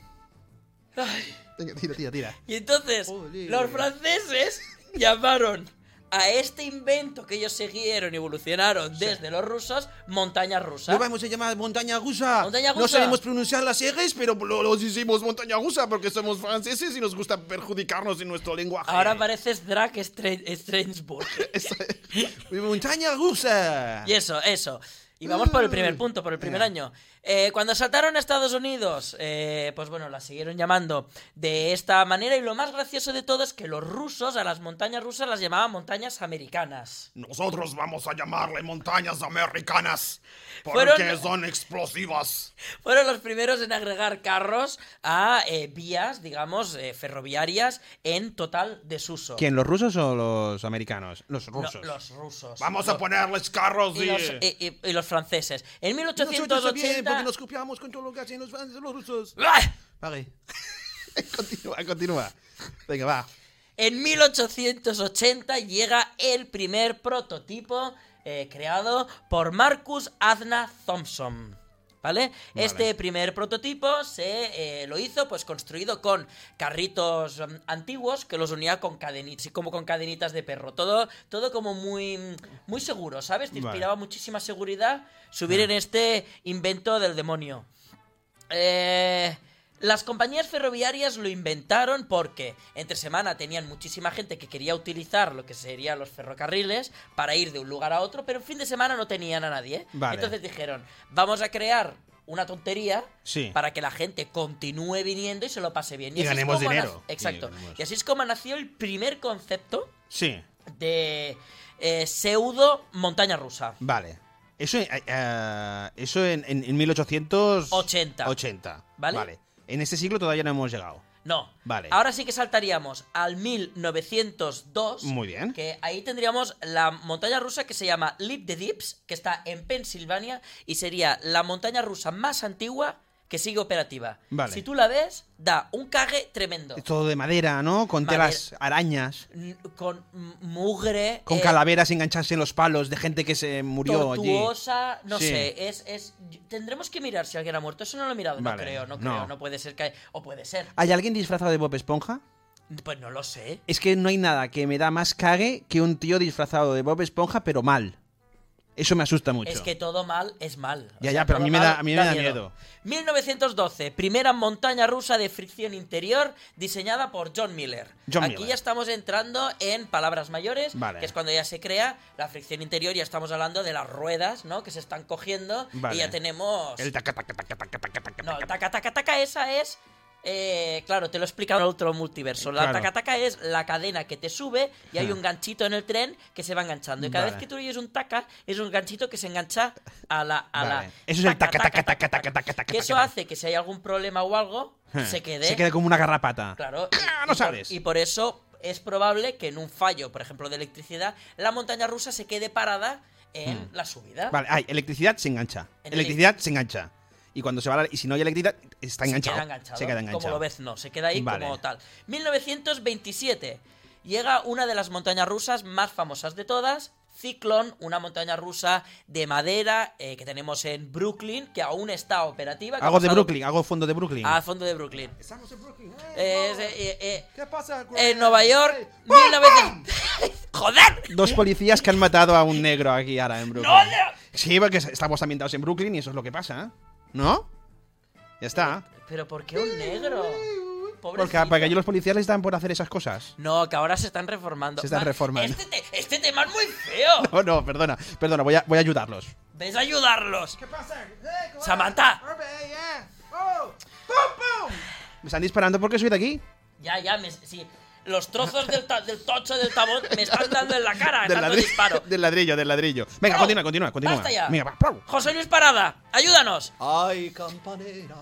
S3: Ay,
S2: Venga, tira, tira, tira.
S3: Y entonces
S2: Ole.
S3: los franceses llamaron a este invento que ellos siguieron y evolucionaron desde los rusos, montaña rusa.
S5: Lo vamos a llamar montaña rusa.
S3: ¿Ah? Montaña
S5: No
S3: rusa.
S5: sabemos pronunciar las R's, pero lo, los hicimos montaña rusa porque somos franceses y nos gusta perjudicarnos en nuestro lenguaje.
S3: Ahora pareces Drac Stre- Strangeburg.
S5: Eso es. montaña rusa.
S3: Y eso, eso. Y vamos por el primer punto, por el primer año. Eh, cuando saltaron a Estados Unidos, eh, pues bueno, la siguieron llamando de esta manera. Y lo más gracioso de todo es que los rusos a las montañas rusas las llamaban montañas americanas.
S6: Nosotros vamos a llamarle montañas americanas porque
S3: Fueron-
S6: son explosivas.
S3: Fueron los primeros en agregar carros a eh, vías, digamos, eh, ferroviarias en total desuso.
S5: ¿Quién, los rusos o los americanos? Los
S3: No,
S5: rusos.
S3: los rusos.
S6: Vamos
S3: Los-
S6: a ponerles carros
S3: y
S6: y,
S3: los, y- y- y los franceses. En
S5: Nosotros también,
S3: 1880...
S5: porque nos copiamos con todo lo que hacen los, fran- los rusos.
S3: ¡Ah!
S5: Vale. continúa, continúa. Venga, va.
S3: En 1880 llega el primer prototipo eh, creado por Marcus Azna Thompson. ¿Vale? Este primer prototipo se eh, lo hizo pues construido con carritos mm, antiguos que los unía con cadenitas, como con cadenitas de perro. Todo, todo como muy, mm, muy seguro, ¿sabes? Te
S5: Vale.
S3: inspiraba muchísima seguridad subir en este invento del demonio. Eh, las compañías ferroviarias lo inventaron porque entre semana tenían muchísima gente que quería utilizar lo que serían los ferrocarriles para ir de un lugar a otro, pero en fin de semana no tenían a nadie.
S5: Vale.
S3: Entonces dijeron, vamos a crear una tontería
S5: Sí.
S3: para que la gente continúe viniendo y se lo pase bien.
S5: Y
S3: así es
S5: ganemos
S3: como
S5: dinero.
S3: nac- Exacto.
S5: Y ganemos.
S3: Y así es como nació el primer concepto
S5: Sí,
S3: de eh, pseudo montaña rusa.
S5: vale. Eso, eh, eh, eso en, en, en 1880.
S3: 80.
S5: 80.
S3: ¿Vale?
S5: En este siglo todavía no hemos llegado.
S3: No.
S5: Vale.
S3: Ahora sí que saltaríamos al 1902.
S5: Muy bien.
S3: Que ahí tendríamos la montaña rusa que se llama Leap the Dips, que está en Pensilvania y sería la montaña rusa más antigua que sigue operativa.
S5: Vale.
S3: Si tú la ves, da un cague tremendo.
S5: Es todo de madera, ¿no? Con
S3: Madera.
S5: telas arañas.
S3: N- Con m- mugre.
S5: Con
S3: eh,
S5: calaveras enganchadas en los palos de gente que se murió allí.
S3: tortuosa, no
S5: Sí.
S3: sé, es, es... Tendremos que mirar si alguien ha muerto. Eso no lo he mirado,
S5: Vale,
S3: no creo, no
S5: no.
S3: creo. No puede ser que... O puede ser.
S5: ¿Hay alguien disfrazado de Bob Esponja?
S3: Pues no lo sé.
S5: Es que no hay nada que me da más cague que un tío disfrazado de Bob Esponja, pero mal. Eso me asusta mucho.
S3: Es que todo mal es mal.
S5: Ya, ya, pero a
S3: todo
S5: mí me da-
S3: mal
S5: a mí me da miedo.
S3: 1912, primera montaña rusa de fricción interior diseñada por John Miller.
S5: John
S3: Aquí
S5: Miller.
S3: ya estamos entrando en palabras mayores,
S5: Vale.
S3: que es cuando ya se crea la fricción interior, ya estamos hablando de las ruedas, ¿no? Que se están cogiendo
S5: Vale.
S3: y ya tenemos...
S6: el taca, taca, taca, taca, taca, taca,
S3: No, el
S6: taca.
S3: taca taca taca esa es. eh, claro, te lo he explicado en otro multiverso. La
S5: Claro.
S3: taca taca es la cadena que te sube y hay un ganchito en el tren que se va enganchando. Y cada
S5: Vale.
S3: vez que tú oyes un taca, es un ganchito que se engancha a la. A la
S5: Vale. Eso es el taca, taca, taca, taca, taca, taca,
S3: Que eso
S5: taca.
S3: hace que si hay algún problema o algo, se quede.
S5: Eh. Se queda como una garrapata.
S3: Claro.
S5: Ah,
S3: y-
S5: no
S3: y por-
S5: sabes.
S3: y por eso es probable que en un fallo, por ejemplo, de electricidad, la montaña rusa se quede parada en la subida.
S5: Hmm. Vale, hay electricidad se engancha.
S3: En
S5: Electricidad se engancha. Y cuando se va la... Y si no hay electricidad, está enganchado.
S3: Se queda enganchado.
S5: Se queda enganchado.
S3: Como lo ves, no, se queda ahí
S5: Vale.
S3: como tal. 1927. Llega una de las montañas rusas más famosas de todas, Cyclone, una montaña rusa de madera eh, que tenemos en Brooklyn, que aún está operativa. que ha
S5: Hago de
S3: pasado
S5: Brooklyn, hago fondo de Brooklyn.
S3: Al fondo de Brooklyn.
S6: Estamos en Brooklyn.
S3: Eh, es, eh, eh,
S6: ¿Qué pasa?
S3: en Nueva York, 1900... ¡Joder!
S5: Dos policías que han matado a un negro aquí ahora en Brooklyn.
S3: ¡No, no!
S5: Sí, porque estamos ambientados en Brooklyn y eso es lo que pasa. ¿eh? ¿No? Ya está.
S3: ¿Pero por qué un negro?
S5: Porque,
S3: Pobrecito.
S5: porque allí los policías les dan por hacer esas cosas.
S3: No, que ahora se están reformando.
S5: Se están
S3: Ma-
S5: reformando.
S3: Este, te- este tema es muy feo.
S5: Oh, no, perdona, perdona, voy a, voy a ayudarlos.
S3: ¿Ves a ayudarlos?
S6: ¿Qué pasa? Eh, ¿cómo
S3: Samantha.
S6: va? Orbe, eh. Oh.
S5: Me están disparando porque soy de aquí.
S3: Ya, ya, me, sí. Los trozos del, ta- del tocho del tabón me están dando en la cara,
S5: Del,
S3: tanto
S5: ladri-
S3: disparo.
S5: del ladrillo, del ladrillo. Venga,
S3: ¡Pau!
S5: continúa, continúa, continúa.
S3: Basta ya.
S5: Venga, va, ¡pau!
S3: José Luis Parada, ayúdanos.
S7: Ay, campanera.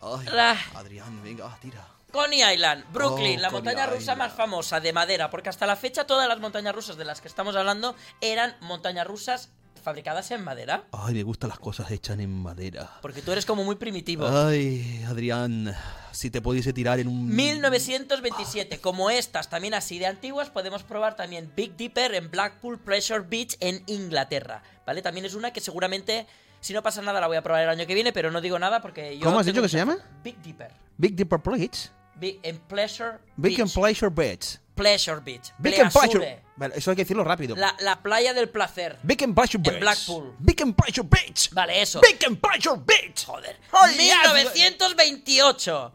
S7: Ay,
S3: La-
S7: Adrián, venga, tira.
S3: Coney Island, Brooklyn,
S7: Oh,
S3: la
S7: Coney
S3: montaña rusa
S7: Island.
S3: más famosa de madera, porque hasta la fecha todas las montañas rusas de las que estamos hablando eran montañas rusas fabricadas en madera.
S7: Ay, me gustan las cosas hechas en madera.
S3: Porque tú eres como muy
S7: Ah,
S3: primitivo.
S7: Ay, Adrián, si te pudiese tirar en un...
S3: 1927, como estas también así de antiguas, podemos probar también Big Dipper en Blackpool Pressure Beach en Inglaterra, ¿vale? También es una que seguramente, si no pasa nada, la voy a probar el año que viene, pero no digo nada porque yo...
S5: ¿Cómo has
S3: tengo
S5: dicho que se
S3: mucha fe.
S5: llama?
S3: Big Dipper.
S5: Big Dipper Plates.
S3: Big en Pleasure
S5: Big
S3: Beach.
S5: and Pleasure Beach.
S3: Pleasure Beach.
S5: Big and
S3: Pleasure.
S5: Pleasure. Vale, eso hay que decirlo rápido.
S3: La, la playa del placer.
S5: Big and Pleasure Beach.
S3: Blackpool.
S5: Big and Pleasure Beach.
S3: Vale, eso.
S5: Big and Pleasure Beach.
S3: Joder.
S5: Ay,
S3: 1928.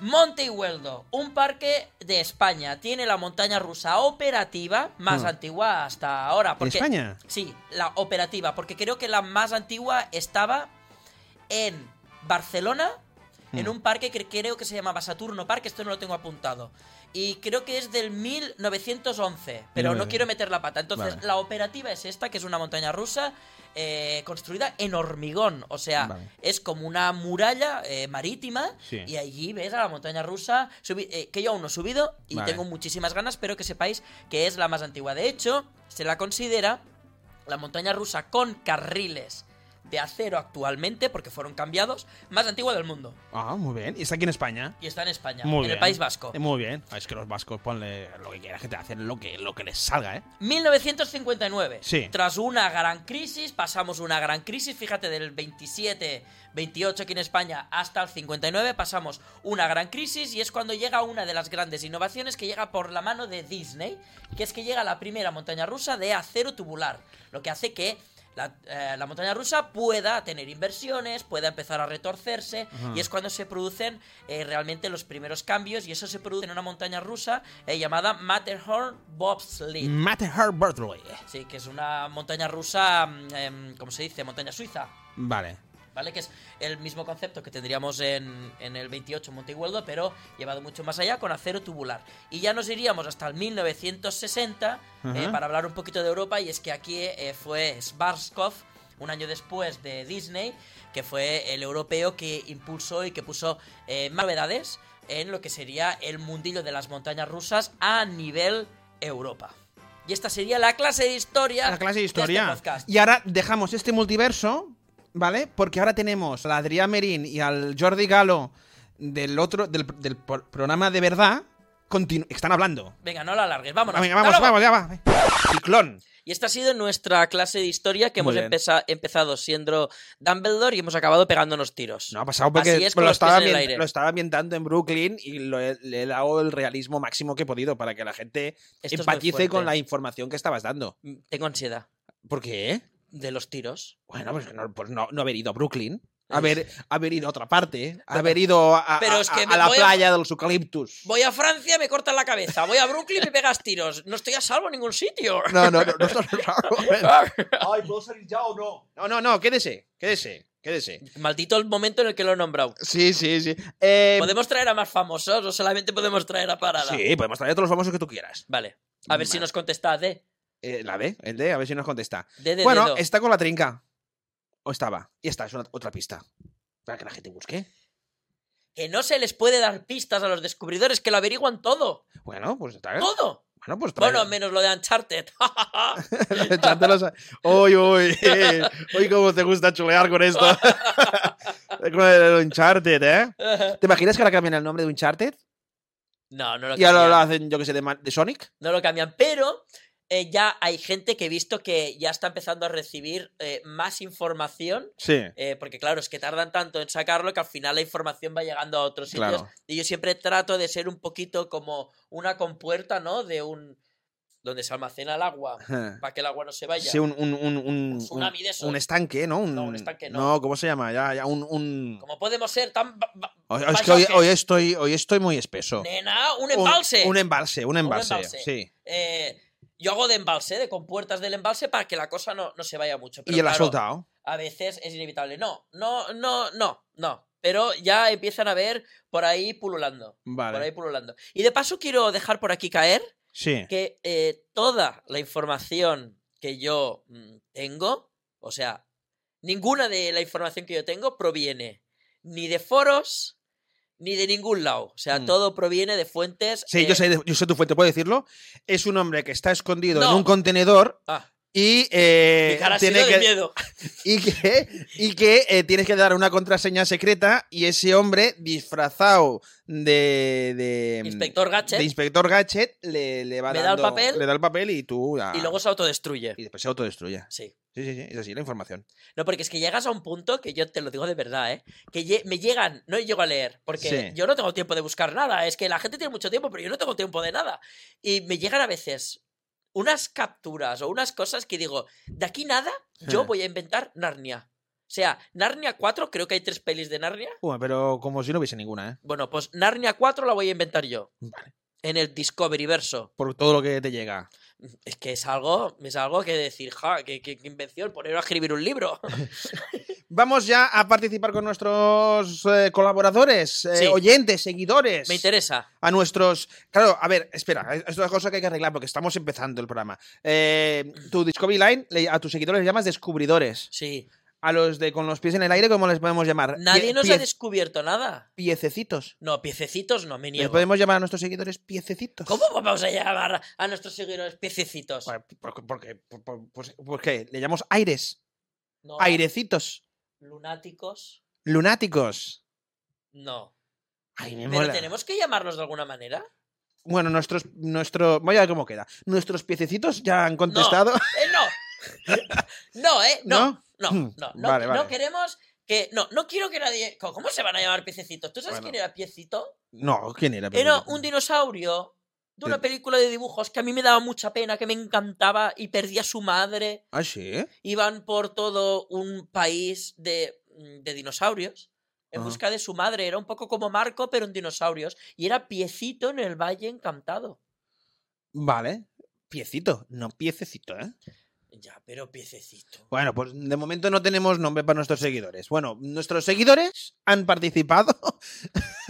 S3: Monte y Hueldo, un parque de España, tiene la montaña rusa operativa más
S5: Ah.
S3: antigua hasta ahora. Porque,
S5: España?
S3: Sí, la operativa, porque creo que la más antigua estaba en Barcelona,
S5: Hmm.
S3: en un parque que creo que se llamaba Saturno Park, esto no lo tengo apuntado. Y creo que es del 1911, pero
S5: Mira,
S3: no
S5: mira.
S3: quiero meter la pata. Entonces,
S5: Vale.
S3: la operativa es esta, que es una montaña rusa eh, construida en hormigón, o sea,
S5: Vale.
S3: es como una muralla eh, marítima
S5: Sí.
S3: y allí ves a la montaña rusa, subi- eh, que yo aún no he subido y
S5: Vale.
S3: tengo muchísimas ganas, pero que sepáis que es la más antigua. De hecho, se la considera la montaña rusa con carriles de acero actualmente, porque fueron cambiados, más antigua del mundo.
S5: Ah, muy bien. ¿Y está aquí en España?
S3: Y está en España,
S5: Muy
S3: en
S5: bien.
S3: el País Vasco.
S5: Eh, Muy bien. Ah, Es que los vascos ponle lo que quieran, que te hacen lo que, lo que les salga, ¿eh?
S3: 1959.
S5: Sí.
S3: Tras una gran crisis, pasamos una gran crisis, fíjate, del 27, 28 aquí en España hasta el 59, pasamos una gran crisis y es cuando llega una de las grandes innovaciones que llega por la mano de Disney, que es que llega la primera montaña rusa de acero tubular, lo que hace que la, eh, la montaña rusa pueda tener inversiones, pueda empezar a retorcerse y es cuando se producen eh, realmente los primeros cambios y eso se produce en una montaña rusa eh, llamada Matterhorn Bobsled.
S5: Matterhorn Berkeley.
S3: Sí, que es una montaña rusa, mm, em, ¿cómo se dice? Montaña suiza,
S5: Vale.
S3: ¿vale? Que es el mismo concepto que tendríamos en, en el 28 en Montegueldo, pero llevado mucho más allá con acero tubular. Y ya nos iríamos hasta el 1960 eh,
S5: Ajá.
S3: para hablar un poquito de Europa, y es que aquí eh, fue Svarskov, un año después de Disney, que fue el europeo que impulsó y que puso eh, más novedades en lo que sería el mundillo de las montañas rusas a nivel Europa. Y esta sería la clase de historia.
S5: la clase de
S3: este
S5: historia.
S3: podcast.
S5: y ahora dejamos este multiverso, ¿vale? Porque ahora tenemos al Adrián Merín y al Jordi Galo del otro del, del por- programa de verdad continu- están hablando.
S3: Venga, no la alargues, vámonos.
S5: Venga,
S3: Hasta
S5: vamos,
S3: luego.
S5: vamos, ya va. Ciclón.
S3: Y esta ha sido nuestra clase de historia que
S5: Muy
S3: hemos
S5: bien.
S3: empeza- empezado siendo Dumbledore y hemos acabado pegándonos tiros.
S5: No ha pasado porque
S3: Así es con
S5: lo,
S3: los pies
S5: estaba
S3: en el
S5: ambien-
S3: aire.
S5: lo estaba ambientando en Brooklyn y lo he- le he dado el realismo máximo que he podido para que la gente
S3: Esto es muy
S5: empatice con
S3: fuerte.
S5: la información que estabas dando.
S3: Mm, Tengo ansiedad
S5: ¿Por qué?
S3: de los tiros.
S5: Bueno, pues no, pues no- no haber ido a Brooklyn. Haber, haber ido a otra parte. Haber ido a, a-
S3: Ah, Pero es que
S5: a-
S3: me
S5: a la
S3: voy a-
S5: playa de los eucaliptus.
S3: Voy a Francia, me cortan la cabeza. Voy a Brooklyn, me pegas tiros. No estoy a salvo en ningún sitio.
S5: No, no, no, no, no, no, no.
S4: Ay, ¿puedo salir ya o no?
S5: No, no, no, quédese, quédese, quédese.
S3: Maldito el momento en el que lo he nombrado.
S5: Sí, sí, sí. Eh,
S3: ¿Podemos traer a más famosos o solamente podemos traer a Parada?
S5: sí, podemos traer a todos los famosos que tú quieras.
S3: Vale. A ver si
S5: Vale.
S3: nos contesta D.
S5: Eh, la D, el D, a ver si nos contesta.
S3: D de
S5: bueno,
S3: dedo.
S5: está con la trinca. O estaba. Y esta es una- otra pista. Para que la gente busque.
S3: Que no se les puede dar pistas a los descubridores que lo averiguan todo.
S5: Bueno, pues está.
S3: Todo.
S5: Bueno, pues trae.
S3: Bueno, menos lo de Uncharted.
S5: Echártelos a- Uy, uy. eh, Uy, cómo te gusta chulear con esto. con el Uncharted, ¿eh? ¿Te imaginas que ahora cambian el nombre de Uncharted?
S3: no, no lo
S5: Y ahora
S3: cambian.
S5: lo hacen, yo que sé, de, Ma- de Sonic.
S3: no lo cambian, pero eh, ya hay gente que he visto que ya está empezando a recibir eh, más información,
S5: Sí.
S3: eh, porque claro, es que tardan tanto en sacarlo que al final la información va llegando a otros sitios.
S5: Claro.
S3: Y yo siempre trato de ser un poquito como una compuerta, ¿no? De un... donde se almacena el agua, para que el agua no se vaya.
S5: Sí, un, un, un, un,
S3: tsunami de esos.
S5: un estanque, ¿no? Un,
S3: No, un estanque no.
S5: ¿cómo se llama? Ya, ya un... un...
S3: Como podemos ser tan... ba- ba-
S5: Hoy- hoy es que hoy,
S3: paisajes?
S5: hoy estoy, hoy estoy muy espeso.
S3: Nena, un
S5: Un-
S3: embalse.
S5: Un, em embalse, un embalse,
S3: embalse.
S5: sí.
S3: Eh, yo hago de embalse, de compuertas del embalse, para que la cosa no, no se vaya mucho. Pero
S5: y el
S3: claro,
S5: asultado.
S3: a veces es inevitable. No, no, no, no, no. Pero ya empiezan a ver por ahí pululando. Por ahí
S5: Vale.
S3: pululando. Y de paso quiero dejar por aquí caer
S5: Sí.
S3: que eh, toda la información que yo mm, tengo, o sea, ninguna de la información que yo tengo proviene ni de foros ni de ningún lado. O sea,
S5: Mm.
S3: todo proviene de fuentes.
S5: Sí, yo
S3: eh,
S5: sé, yo sé tu fuente, ¿puedo decirlo? Es un hombre que está escondido
S3: No.
S5: en un contenedor
S3: ah,
S2: Y, eh,
S3: Mi cara ha
S2: tiene
S3: sido
S2: que,
S3: de miedo.
S2: y que, y que eh, tienes que dar una contraseña secreta y ese hombre disfrazado de, de mm,
S3: Inspector Gadget.
S2: de Inspector Gadget le, le va
S3: Me da el
S2: dando,
S3: papel.
S2: le da el papel y tú ya-
S3: Y luego se autodestruye.
S2: y después se autodestruye.
S3: Sí.
S2: Sí, sí, sí, es así la información.
S3: No, porque es que llegas a un punto que yo te lo digo de verdad, ¿eh? Que lle- me llegan, no llego a leer, porque
S2: Sí.
S3: yo no tengo tiempo de buscar nada. Es que la gente tiene mucho tiempo, pero yo no tengo tiempo de nada. Y me llegan a veces unas capturas o unas cosas que digo, de aquí nada, yo voy a inventar Narnia. O sea, Narnia 4, creo que hay tres pelis de Narnia.
S2: Bueno, pero como si no hubiese ninguna, ¿eh?
S3: Bueno, pues Narnia 4 la voy a inventar yo. En el Discovery verso.
S2: Por todo lo que te llega.
S3: Es que es algo, es algo que decir, ja, qué, qué- qué invención, poner a escribir un libro.
S2: Vamos ya a participar con nuestros eh, colaboradores, eh,
S3: Sí.
S2: oyentes, seguidores.
S3: Me interesa.
S2: a nuestros. Claro, a ver, espera, esto es una cosa que hay que arreglar porque estamos empezando el programa. Eh, tu Discovery Line, le- a tus seguidores les llamas descubridores.
S3: Sí.
S2: A los de con los pies en el aire, ¿cómo les podemos llamar?
S3: Nadie
S2: Pie-
S3: nos ha
S2: pie-
S3: descubierto nada.
S2: Piececitos.
S3: No, piececitos no, me
S2: Les
S3: niego.
S2: podemos llamar a nuestros seguidores piececitos.
S3: ¿Cómo vamos a llamar a nuestros seguidores piececitos?
S2: Bueno, ¿Por, por- por qué? Por- por- por- por qué? Le llamamos aires,
S3: No,
S2: airecitos,
S3: ¿Lunáticos?
S2: lunáticos.
S3: No.
S2: Ay, me
S3: ¿Pero
S2: mola.
S3: tenemos que llamarnos de alguna manera?
S2: Bueno, nuestros, nuestro, voy a ver cómo queda. Nuestros piececitos ya han contestado.
S3: ¡Eh, no! no, ¿eh? No, no, no.
S2: Hmm,
S3: No,
S2: vale,
S3: no
S2: vale.
S3: queremos que... No, no quiero que nadie... ¿Cómo- ¿Cómo se van a llamar piececitos? ¿Tú sabes
S2: Bueno.
S3: quién era piecito?
S2: No, ¿quién era?
S3: Era un dinosaurio de una
S2: Sí.
S3: película de dibujos que a mí me daba mucha pena, que me encantaba y perdí a su madre.
S2: Ah, sí.
S3: iban por todo un país de, mm, de dinosaurios en
S2: Ajá.
S3: busca de su madre. Era un poco como Marco, pero en dinosaurios. Y era piecito en el Valle Encantado.
S2: Vale. Piecito, no piececito, ¿eh?
S3: Ya, pero piececito.
S2: Bueno, pues de momento no tenemos nombre para nuestros seguidores. Bueno, nuestros seguidores han participado.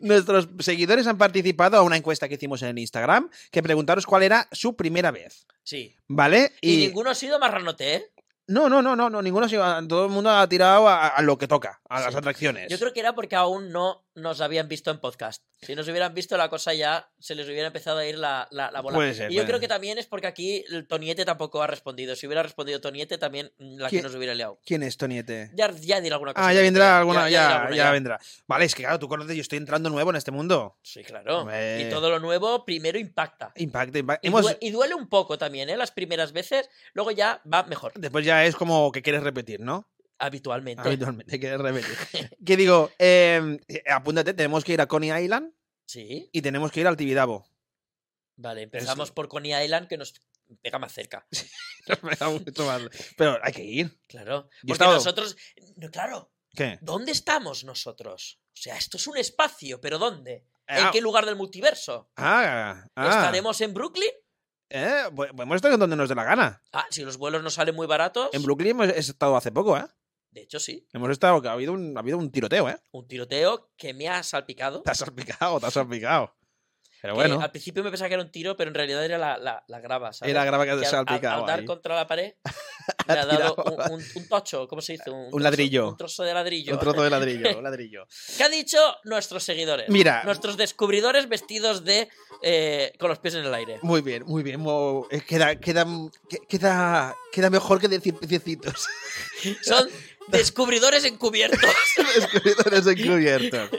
S2: nuestros seguidores han participado a una encuesta que hicimos en el Instagram que preguntaros cuál era su primera vez.
S3: Sí.
S2: ¿Vale?
S3: Y, ninguno ha sido marranote, ¿eh?
S2: No, no, no, no, no, ninguno. ha sido- Todo el mundo ha tirado a, a lo que toca, a
S3: Sí.
S2: las atracciones.
S3: Yo creo que era porque aún no nos habían visto en podcast. Si nos hubieran visto, la cosa ya se les hubiera empezado a ir la, la, la bola.
S2: Puede ser,
S3: y yo
S2: puede
S3: creo
S2: ser.
S3: que también es porque aquí el Toniete tampoco ha respondido. Si hubiera respondido Toniete, también mm, la que
S2: ¿Quién?
S3: nos hubiera liado.
S2: ¿Quién es Toniete?
S3: Ya, ya dirá alguna cosa.
S2: Ah, ya vendrá alguna,
S3: dirá
S2: ya,
S3: alguna,
S2: ya vendrá. Vale, es que claro, tú conoces, yo estoy entrando nuevo en este mundo.
S3: Sí, claro.
S2: Hombre.
S3: Y todo lo nuevo primero impacta.
S2: Impacto, impacto.
S3: Y,
S2: Hemos-
S3: due- y duele un poco también, ¿eh? Las primeras veces, luego ya va mejor,
S2: Después ya es como que quieres repetir, ¿no?
S3: habitualmente.
S2: Habitualmente, que repetir. que digo,
S5: em,
S2: eh, apúntate, tenemos que ir a Coney Island
S3: Sí,
S2: y tenemos que ir al Tibidabo.
S3: vale, empezamos por Coney Island, que nos pega más cerca.
S2: Me da mucho mal. Pero hay que ir.
S3: Claro. Porque
S2: Yo estaba-
S3: nosotros. No, claro,
S2: ¿Qué?
S3: ¿dónde estamos nosotros? O sea, esto es un espacio, pero ¿dónde?
S2: Ah.
S3: ¿En qué lugar del multiverso?
S2: Ah, ah.
S3: ¿Estaremos en Brooklyn?
S2: Eh, pues- podemos estar donde nos dé la gana.
S3: Ah, si los vuelos nos salen muy baratos.
S2: En Brooklyn hemos estado hace poco, ¿eh?
S3: De hecho, sí.
S2: Hemos estado, que ha habido un, ha habido un tiroteo, ¿eh?
S3: Un tiroteo que me ha salpicado.
S2: Te has salpicado, te has salpicado. Pero
S3: que
S2: bueno,
S3: Al principio me pensaba que era un tiro, pero en realidad era la, la, la grava, ¿sabes?
S2: era grave que
S3: que
S2: te
S3: al-
S2: has
S3: al-
S2: salpicado.
S3: Al, dar
S2: ahí.
S3: contra la pared, le ha dado
S2: tirado
S3: un, un- un tocho, ¿cómo se dice? Un, trozo-
S2: ladrillo.
S3: Un trozo de ladrillo.
S2: Un trozo de ladrillo, un ladrillo.
S3: ¿Qué ha dicho nuestros seguidores?
S2: Mira.
S3: Nuestros descubridores vestidos de. eh, con los pies en el aire.
S2: Muy bien, muy bien. mo- eh, Queda, queda, que- queda, queda mejor que decir piecitos.
S3: Son descubridores encubiertos.
S2: Descubridores encubiertos.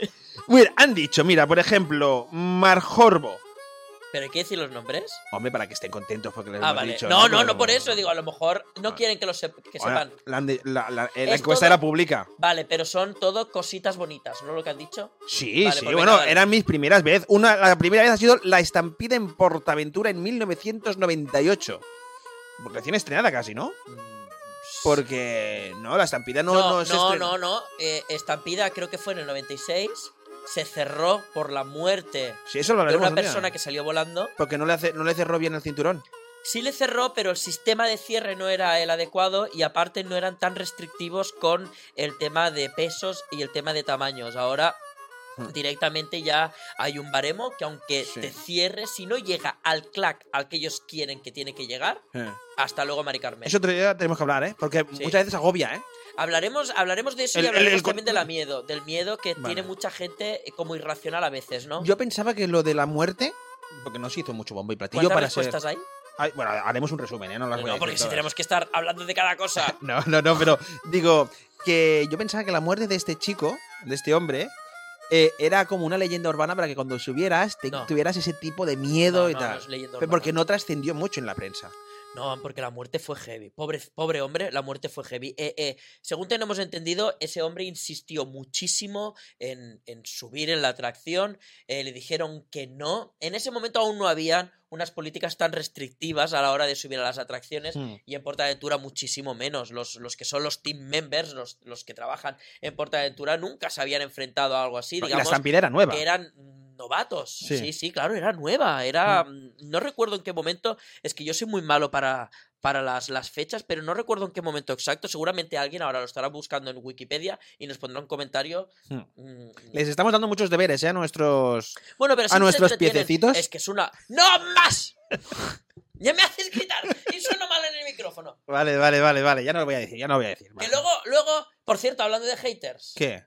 S2: Mira, han dicho, mira, por ejemplo, Marjorbo.
S3: ¿Pero hay que decir los nombres?
S2: Hombre, para que estén contentos porque les
S3: Ah,
S2: hemos
S3: vale.
S2: Eh, dicho.
S3: no, no,
S2: Pero-
S3: no por eso. Digo, a lo mejor no
S2: Ah.
S3: quieren que, lo sep- que
S2: Ahora,
S3: sepan.
S2: la, han de- la- la- eh, la
S3: Es
S2: encuesta
S3: todo-
S2: era pública.
S3: Vale, pero son todo cositas bonitas, ¿no lo que han dicho?
S2: Sí,
S3: Vale,
S2: sí.
S3: pues venga,
S2: bueno,
S3: dale.
S2: eran mis primeras veces. Una, la primera vez ha sido la estampida en Portaventura en 1998. Recién estrenada casi, ¿no? Porque no, la estampida no, no, este.
S3: No, no,
S2: se
S3: no,
S2: estrenó.
S3: no, Eh, Estampida creo que fue en el 96. Se cerró por la muerte
S2: Sí, eso lo
S3: de
S2: hablaremos
S3: una
S2: un día.
S3: persona que salió volando.
S2: Porque no le, hace, no le cerró bien el cinturón.
S3: Sí le cerró, pero el sistema de cierre no era el adecuado y aparte no eran tan restrictivos con el tema de pesos y el tema de tamaños. Ahora
S2: Hmm.
S3: directamente ya hay un baremo que aunque
S2: Sí.
S3: te cierre, si no llega al clac al que ellos quieren que tiene que llegar, hasta luego, Mari Carmen.
S2: Eso otro día tenemos que hablar, ¿eh? Porque
S3: Sí.
S2: muchas veces agobia, ¿eh?
S3: Hablaremos, hablaremos de eso
S2: El-
S3: y
S2: el-
S3: hablaremos
S2: el con-
S3: también de la miedo, del miedo que
S2: Vale.
S3: tiene mucha gente eh, como irracional a veces, ¿no?
S2: Yo pensaba que lo de la muerte, porque no se hizo mucho bombo y platillo
S3: ¿Cuántas
S2: para ser.
S3: respuestas hay?
S5: Ay, bueno, haremos un resumen, ¿eh? No las voy a
S3: No,
S5: decir
S3: porque si
S5: todas.
S3: tenemos que estar hablando de cada cosa.
S5: No, no, no, pero digo que yo pensaba que la muerte de este chico, de este hombre, eh, era como una leyenda urbana para que cuando subieras te-
S3: No.
S5: tuvieras ese tipo de miedo
S3: No,
S5: y
S3: no,
S5: tal.
S3: no es leyenda
S5: Pero
S3: urbana.
S5: porque no trascendió mucho en la prensa.
S3: No, porque la muerte fue heavy. Pobre, pobre hombre, la muerte fue heavy. Eh, eh, según tenemos entendido, ese hombre insistió muchísimo en, en subir en la atracción. eh, le dijeron que no. En ese momento aún no habían unas políticas tan restrictivas a la hora de subir a las atracciones. Y en Portaventura muchísimo menos. Los, los que son los team members, los, los que trabajan en Portaventura, nunca se habían enfrentado a algo así.
S5: la
S3: Digamos,
S5: estampida era nueva.
S3: que eran novatos. Sí.
S5: Sí.
S3: sí, claro, era nueva. Era. mm, No recuerdo en qué momento. Es que yo soy muy malo para, para las, las fechas, pero no recuerdo en qué momento exacto. Seguramente alguien ahora lo estará buscando en Wikipedia y nos pondrá un comentario.
S5: Hmm.
S3: mm,
S5: Les estamos dando muchos deberes, ¿eh? A nuestros.
S3: Bueno, pero
S5: a
S3: si se
S5: nuestros
S3: entretienen,
S5: piececitos.
S3: Es que es una. ¡No más! ya me haces gritar y sueno mal en el micrófono.
S5: Vale, vale, vale, vale. Ya no lo voy a decir, ya no lo voy a decir. vale.
S3: Que luego, luego, por cierto, hablando de haters,
S5: ¿Qué?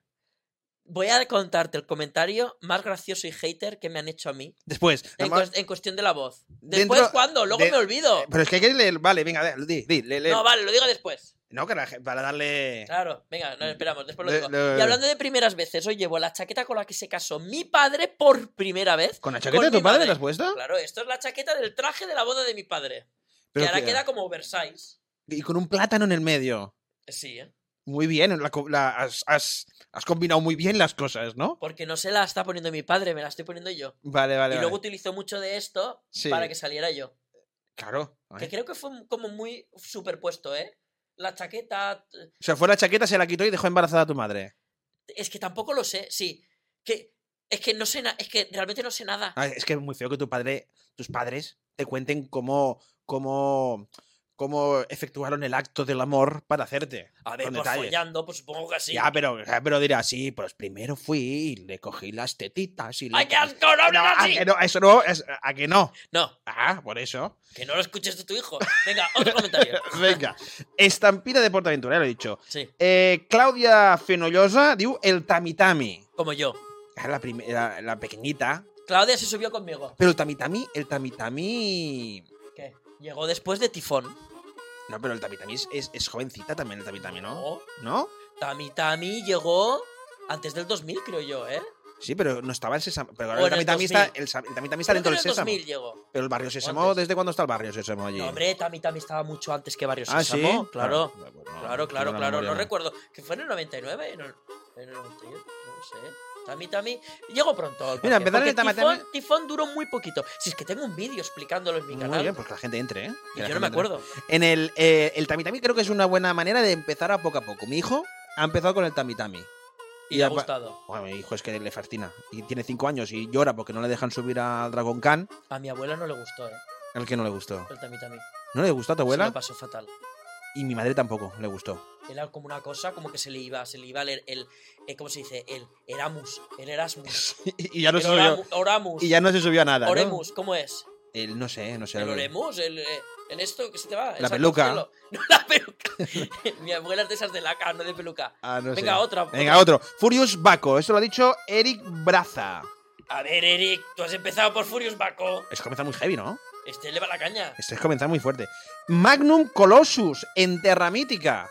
S3: voy a contarte el comentario más gracioso y hater que me han hecho a mí
S5: Después.
S3: en,
S5: nomás-
S3: cues- en cuestión de la voz.
S5: Dentro-
S3: Después, ¿cuándo? Luego
S5: de-
S3: me olvido.
S5: Pero es que hay que leer. Vale, venga, de- di, di, le- le-
S3: No, vale, lo digo después.
S5: No, que la gen- para darle.
S3: Claro, venga, nos esperamos, después lo
S5: Le-
S3: digo.
S5: le-
S3: Y hablando de primeras veces, hoy llevo la chaqueta con la que se casó mi padre por primera vez.
S5: ¿Con la chaqueta
S3: Con
S5: de
S3: mi
S5: tu padre
S3: madre.
S5: la has puesto?
S3: Claro, esto es la chaqueta del traje de la boda de mi padre.
S5: Pero
S3: que ahora
S5: que-
S3: queda como oversize.
S5: Y con un plátano en el medio.
S3: Sí, ¿eh?
S5: Muy bien, la co- la- has, has- has combinado muy bien las cosas, ¿no?
S3: Porque no se la está poniendo mi padre, me la estoy poniendo yo.
S5: Vale, vale.
S3: y
S5: vale.
S3: luego utilizó mucho de esto
S5: Sí.
S3: para que saliera yo.
S5: Claro.
S3: Que creo que fue como muy superpuesto, ¿eh? La chaqueta,
S5: O sea, fue la chaqueta, se la quitó y dejó embarazada a tu madre.
S3: Es que tampoco lo sé, sí. Que, es que no sé nada, es que realmente no sé nada.
S5: Ah, es que es muy feo que tu padre, tus padres te cuenten cómo, cómo, cómo efectuaron el acto del amor para hacerte.
S3: A ver,
S5: con
S3: pues
S5: detalles.
S3: follando, pues supongo que sí.
S5: Ya, pero, ya, pero dirá, sí, pues primero fui y le cogí las tetitas y le...
S3: ¡Ay, qué asco! ¡No hables
S5: No, a
S3: así!
S5: que no, eso no, es- a que no.
S3: No,
S5: Ah, por eso.
S3: que no lo escuches de tu hijo. Venga, otro comentario.
S5: Venga. Estampida de Portaventura, ya lo he dicho.
S3: Sí,
S5: Eh, Claudia Fenollosa diu el tamitami.
S3: como yo.
S5: Ah, La, prim- la, la pequeñita.
S3: Claudia se subió conmigo.
S5: Pero el tamitami, el tamitami...
S3: ¿Qué? Llegó después de Tifón.
S5: No, pero el tamitami es, es, es jovencita también, el tamitami, ¿no?
S3: No.
S5: ¿No?
S3: Oh, Tami Tami llegó antes del 2000, creo yo, ¿eh?
S5: Sí, pero no estaba el sésamo. Pero ahora
S3: Bueno,
S5: el
S3: el
S5: tamitami está,
S3: 2000.
S5: el, sa- el tamitami está
S3: Creo que
S5: dentro
S3: en
S5: del
S3: el
S5: sésamo.
S3: 2000 llegó.
S5: Pero el barrio sésamo,
S3: antes.
S5: ¿desde cuándo está el barrio sésamo allí?
S3: No, hombre, Tami Tami estaba mucho antes que Barrio
S5: ah, sí.
S3: Sésamo, claro.
S5: Ah, pues no,
S3: Claro, claro,
S5: tengo la
S3: claro.
S5: memoria.
S3: No recuerdo. Que fue en el 99, en el, en el 91, no sé. Tami, Tami. Llego pronto. al parque,
S5: Mira, empezar en
S3: porque
S5: el Tami,
S3: tifón,
S5: Tami.
S3: Tifón duró muy poquito. Si es que tengo un vídeo explicándolo en mi
S5: Muy
S3: canal.
S5: bien, pues que la gente entre, ¿eh?
S3: y
S5: Que la
S3: yo no
S5: gente
S3: me
S5: entre.
S3: acuerdo.
S5: En el, eh, el tamitami creo que es una buena manera de empezar a poco a poco. Mi hijo ha empezado con el tamitami.
S3: Y
S5: Y
S3: le ha
S5: apa-
S3: gustado.
S5: Bueno, mi hijo es que le fascina. Y tiene cinco años y llora porque no le dejan subir a Dragon Khan,
S3: A mi abuela no le gustó, ¿eh?
S5: al que no le gustó.
S3: El Tami Tami. Se
S5: ¿No le gustó a tu
S3: lo
S5: abuela?
S3: pasó fatal.
S5: Y mi madre tampoco le gustó.
S3: Era como una cosa, como que se le iba, se le iba el, el, eh, ¿cómo se dice? El Eramus, el Erasmus,
S5: y ya no
S3: el
S5: se subió.
S3: Oramu- Oramus,
S5: Y ya no se subió a nada. ¿no?
S3: Oremus, ¿cómo es?
S5: El- no sé, no sé.
S3: El
S5: lo que-
S3: Oremus, el, eh, el esto que se te va. el
S5: La
S3: saco al
S5: peluca.
S3: cielo. No, la peluca. Mi abuela es de esas de laca, no de peluca.
S5: Ah, no sé.
S3: Venga, otra.
S5: Venga,
S3: otra.
S5: otro. Furious Baco. Esto lo ha dicho Eric Braza.
S3: A ver, Eric, tú has empezado por Furious Baco.
S5: Es que comienza muy heavy, ¿no?
S3: Este le va la caña.
S5: Esto es comenzar muy fuerte. Magnum Colossus en Terra Mítica.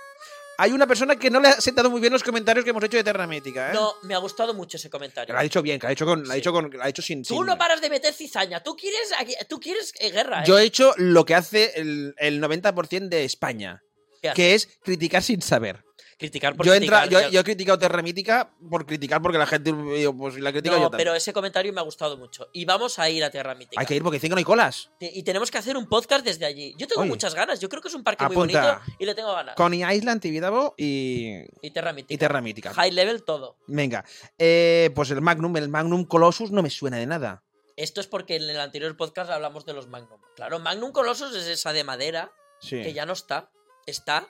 S5: Hay una persona que no le ha sentado muy bien los comentarios que hemos hecho de Terra Mítica, ¿eh?
S3: No, me ha gustado mucho ese
S5: Que
S3: comentario.
S5: Lo ha dicho bien, que lo ha dicho, con, lo ha
S3: Sí.
S5: dicho, con, lo ha dicho sin,
S3: Tú
S5: sin-
S3: no paras de meter cizaña. Tú quieres, aquí- tú quieres eh, guerra. ¿eh?
S5: Yo he hecho lo que hace el, el 90% de España,
S3: ¿Qué haces?
S5: que es criticar sin saber.
S3: criticar por
S5: Yo, he entra-
S3: criticar. ya.
S5: yo, yo he criticado Terra Mítica por criticar, porque la gente eh, pues, la critica
S3: no,
S5: yo también.
S3: pero ese comentario me ha gustado mucho. Y vamos a ir a Tierra Mítica.
S5: Hay que ir porque dicen que no hay colas.
S3: Te- Y tenemos que hacer un podcast desde allí. Yo tengo
S5: Oye.
S3: muchas ganas. Yo creo que es un parque muy
S5: Apunta.
S3: bonito y le tengo ganas.
S5: Coney Island, Tibidabo y,
S3: Y Tierra
S5: y
S3: Ah. Mítica.
S5: Terra Mítica.
S3: High level todo.
S5: Venga, eh, pues el Magnum, el Magnum Colossus no me suena de nada.
S3: Esto es porque en el anterior podcast hablamos de los Magnum. Claro, Magnum Colossus es esa de madera
S5: Sí.
S3: que ya no está. Está,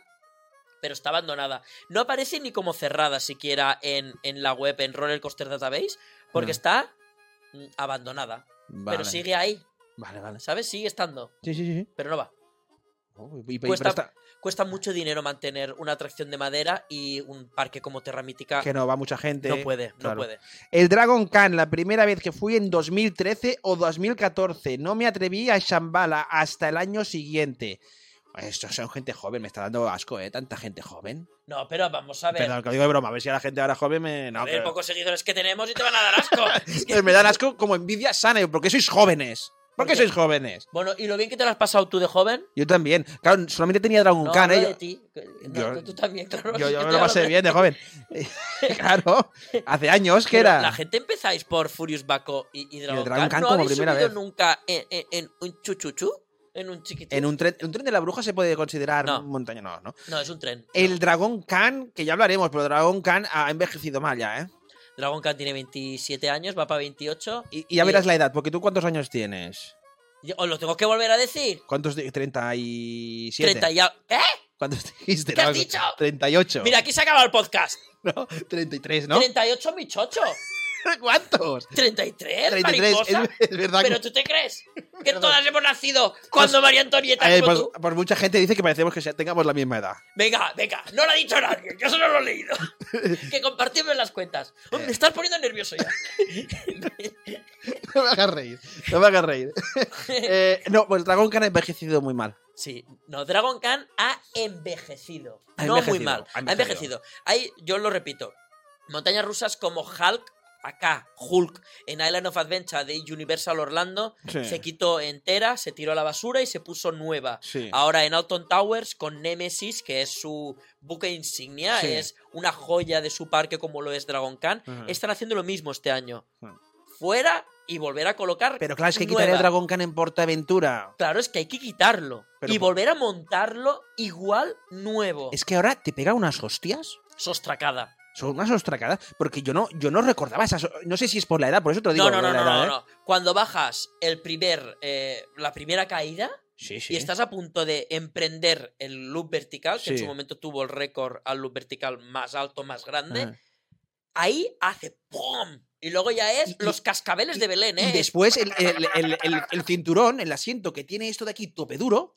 S3: pero está abandonada. No aparece ni como cerrada siquiera en, en la web, en Roller Coaster Database, porque
S5: Mm.
S3: está mm, abandonada.
S5: Vale.
S3: Pero sigue ahí,
S5: Vale, vale.
S3: ¿sabes? Sigue estando,
S5: Sí, sí, sí. sí.
S3: pero no va.
S2: Oh, y- y- pero
S3: Cuesta-
S2: está-
S3: Cuesta mucho dinero mantener una atracción de madera y un parque como Terra Mítica.
S2: que no va mucha gente.
S3: no puede, no
S2: claro.
S3: puede.
S2: El Dragon Khan, la primera vez que fui en 2013 o 2014. No me atreví a Shambhala hasta el año siguiente.
S5: Pues
S2: Estos son gente joven, me está dando asco, ¿eh? Tanta gente joven.
S3: No, pero vamos a ver.
S2: Perdón, que lo digo de broma, a ver si a la gente ahora joven me. No,
S3: A ver,
S2: pero-
S3: pocos seguidores que tenemos y te van a dar asco. Es que-
S2: Pero me dan asco como envidia sana, porque sois jóvenes. ¿Por qué
S3: Porque-
S2: sois jóvenes?
S3: Bueno, ¿y lo bien que te lo has pasado tú de joven?
S2: Yo también. Claro, solamente tenía Dragon
S3: No,
S2: Khan,
S3: hablo
S2: ¿eh?
S3: de ti. No,
S2: yo-
S3: tú- tú también, claro.
S2: Yo,
S3: si
S2: yo
S3: te
S2: me lo
S3: hablo
S2: pasé
S3: de-
S2: bien de joven. claro, hace años que
S3: Pero
S2: era.
S3: La gente empezáis por Furious Baco y, y Dragon,
S2: Dragon
S3: Khan.
S2: Khan
S3: ¿No
S2: como
S3: habéis
S2: primera
S3: subido
S2: vez.
S3: nunca en, en- en un chuchuchu? ¿En un chiquitín?
S2: En un tren, un tren de la bruja se puede considerar
S3: No.
S2: montaña. No, no.
S3: No, es un tren.
S2: El Dragon Khan, que ya hablaremos, pero Dragon Khan ha envejecido mal ya, ¿eh?
S3: Dragon Khan tiene 27 años, va para 28.
S2: Y, y ya verás la edad, porque tú cuántos años tienes.
S3: Yo- ¿Os lo tengo que volver a decir?
S2: ¿Cuántos? di- 37.
S3: 30 y a- ¿Eh?
S2: ¿Cuántos dijiste?
S3: ¿Qué has
S2: No,
S3: dicho?
S2: 38.
S3: Mira, aquí se ha acabado el podcast.
S2: ¿no? 33, ¿no?
S3: 38 michocho.
S2: ¿Cuántos?
S3: 33,
S2: 33. Es,
S3: mariposa.
S2: es verdad
S3: Pero
S2: que.
S3: tú te crees que todas hemos nacido cuando María Antonieta
S2: A ver,
S3: como
S2: pues,
S3: tú.
S2: pues mucha gente dice que parecemos que sea- tengamos la misma edad.
S3: Venga, venga, no lo ha dicho nadie, yo solo lo he leído. que compartirme las cuentas. Hombre, me estás poniendo nervioso ya.
S2: No me hagas reír, no me hagas reír. Eh, no, pues Dragon Khan ha envejecido muy mal.
S3: Sí, no, Dragon Khan ha envejecido.
S2: Ha
S3: no
S2: envejecido,
S3: muy mal,
S2: ha
S3: ha envejecido. Hay, yo lo repito, montañas rusas como Hulk, acá, Hulk, en Island of Adventure de Universal Orlando,
S2: Sí.
S3: se quitó entera, se tiró a la basura y se puso nueva.
S2: Sí.
S3: Ahora en Alton Towers con Nemesis, que es su buque insignia,
S2: Sí.
S3: es una joya de su parque como lo es Dragon Khan,
S2: Ajá.
S3: están haciendo lo mismo este año.
S2: Ajá.
S3: Fuera y volver a colocar.
S2: Hmm. Pero claro, es que quitaré
S3: nueva.
S2: a Dragon Khan en Portaventura.
S3: Claro, es que hay que quitarlo
S2: Pero
S3: y
S2: por-
S3: volver a montarlo igual nuevo.
S2: Es que ahora te pega unas hostias.
S3: Sostracada.
S2: Son unas ostracadas. Porque yo no, yo no recordaba esas. No sé si es por la edad, por eso te lo digo.
S3: No,
S2: lo
S3: no, no,
S2: de la
S3: no,
S2: edad,
S3: no,
S2: ¿eh?
S3: no. Cuando bajas el primer, eh, la primera caída
S2: Sí, sí.
S3: y estás a punto de emprender el loop vertical, que en
S2: Sí.
S3: su momento tuvo el récord al loop vertical más alto, más grande,
S2: Ajá.
S3: ahí hace ¡pum! Y luego ya es
S2: Y-
S3: los cascabeles de Belén, ¿eh?
S2: Y después el, el- el- el- el cinturón, el asiento que tiene esto de aquí, tope duro.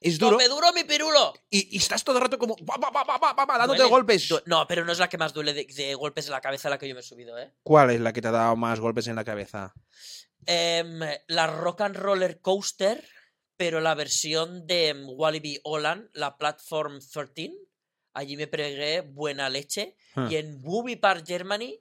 S2: Es duro.
S3: ¡Tope duro, mi pirulo!
S2: Y, y estás todo el rato como. pa, pa, pa, pa, pa, pa, pa, dándote
S3: Duele,
S2: golpes.
S3: du- No, pero no es la que más duele de, de golpes en la cabeza a la que yo me he subido, ¿eh?
S2: ¿Cuál es la que te ha dado más golpes en la cabeza?
S3: Em, la Rock and Roller Coaster, pero la versión de em, Walibi Holland, la Platform 13. Allí me pregué buena leche.
S2: Hmm.
S3: Y en Movie Park Germany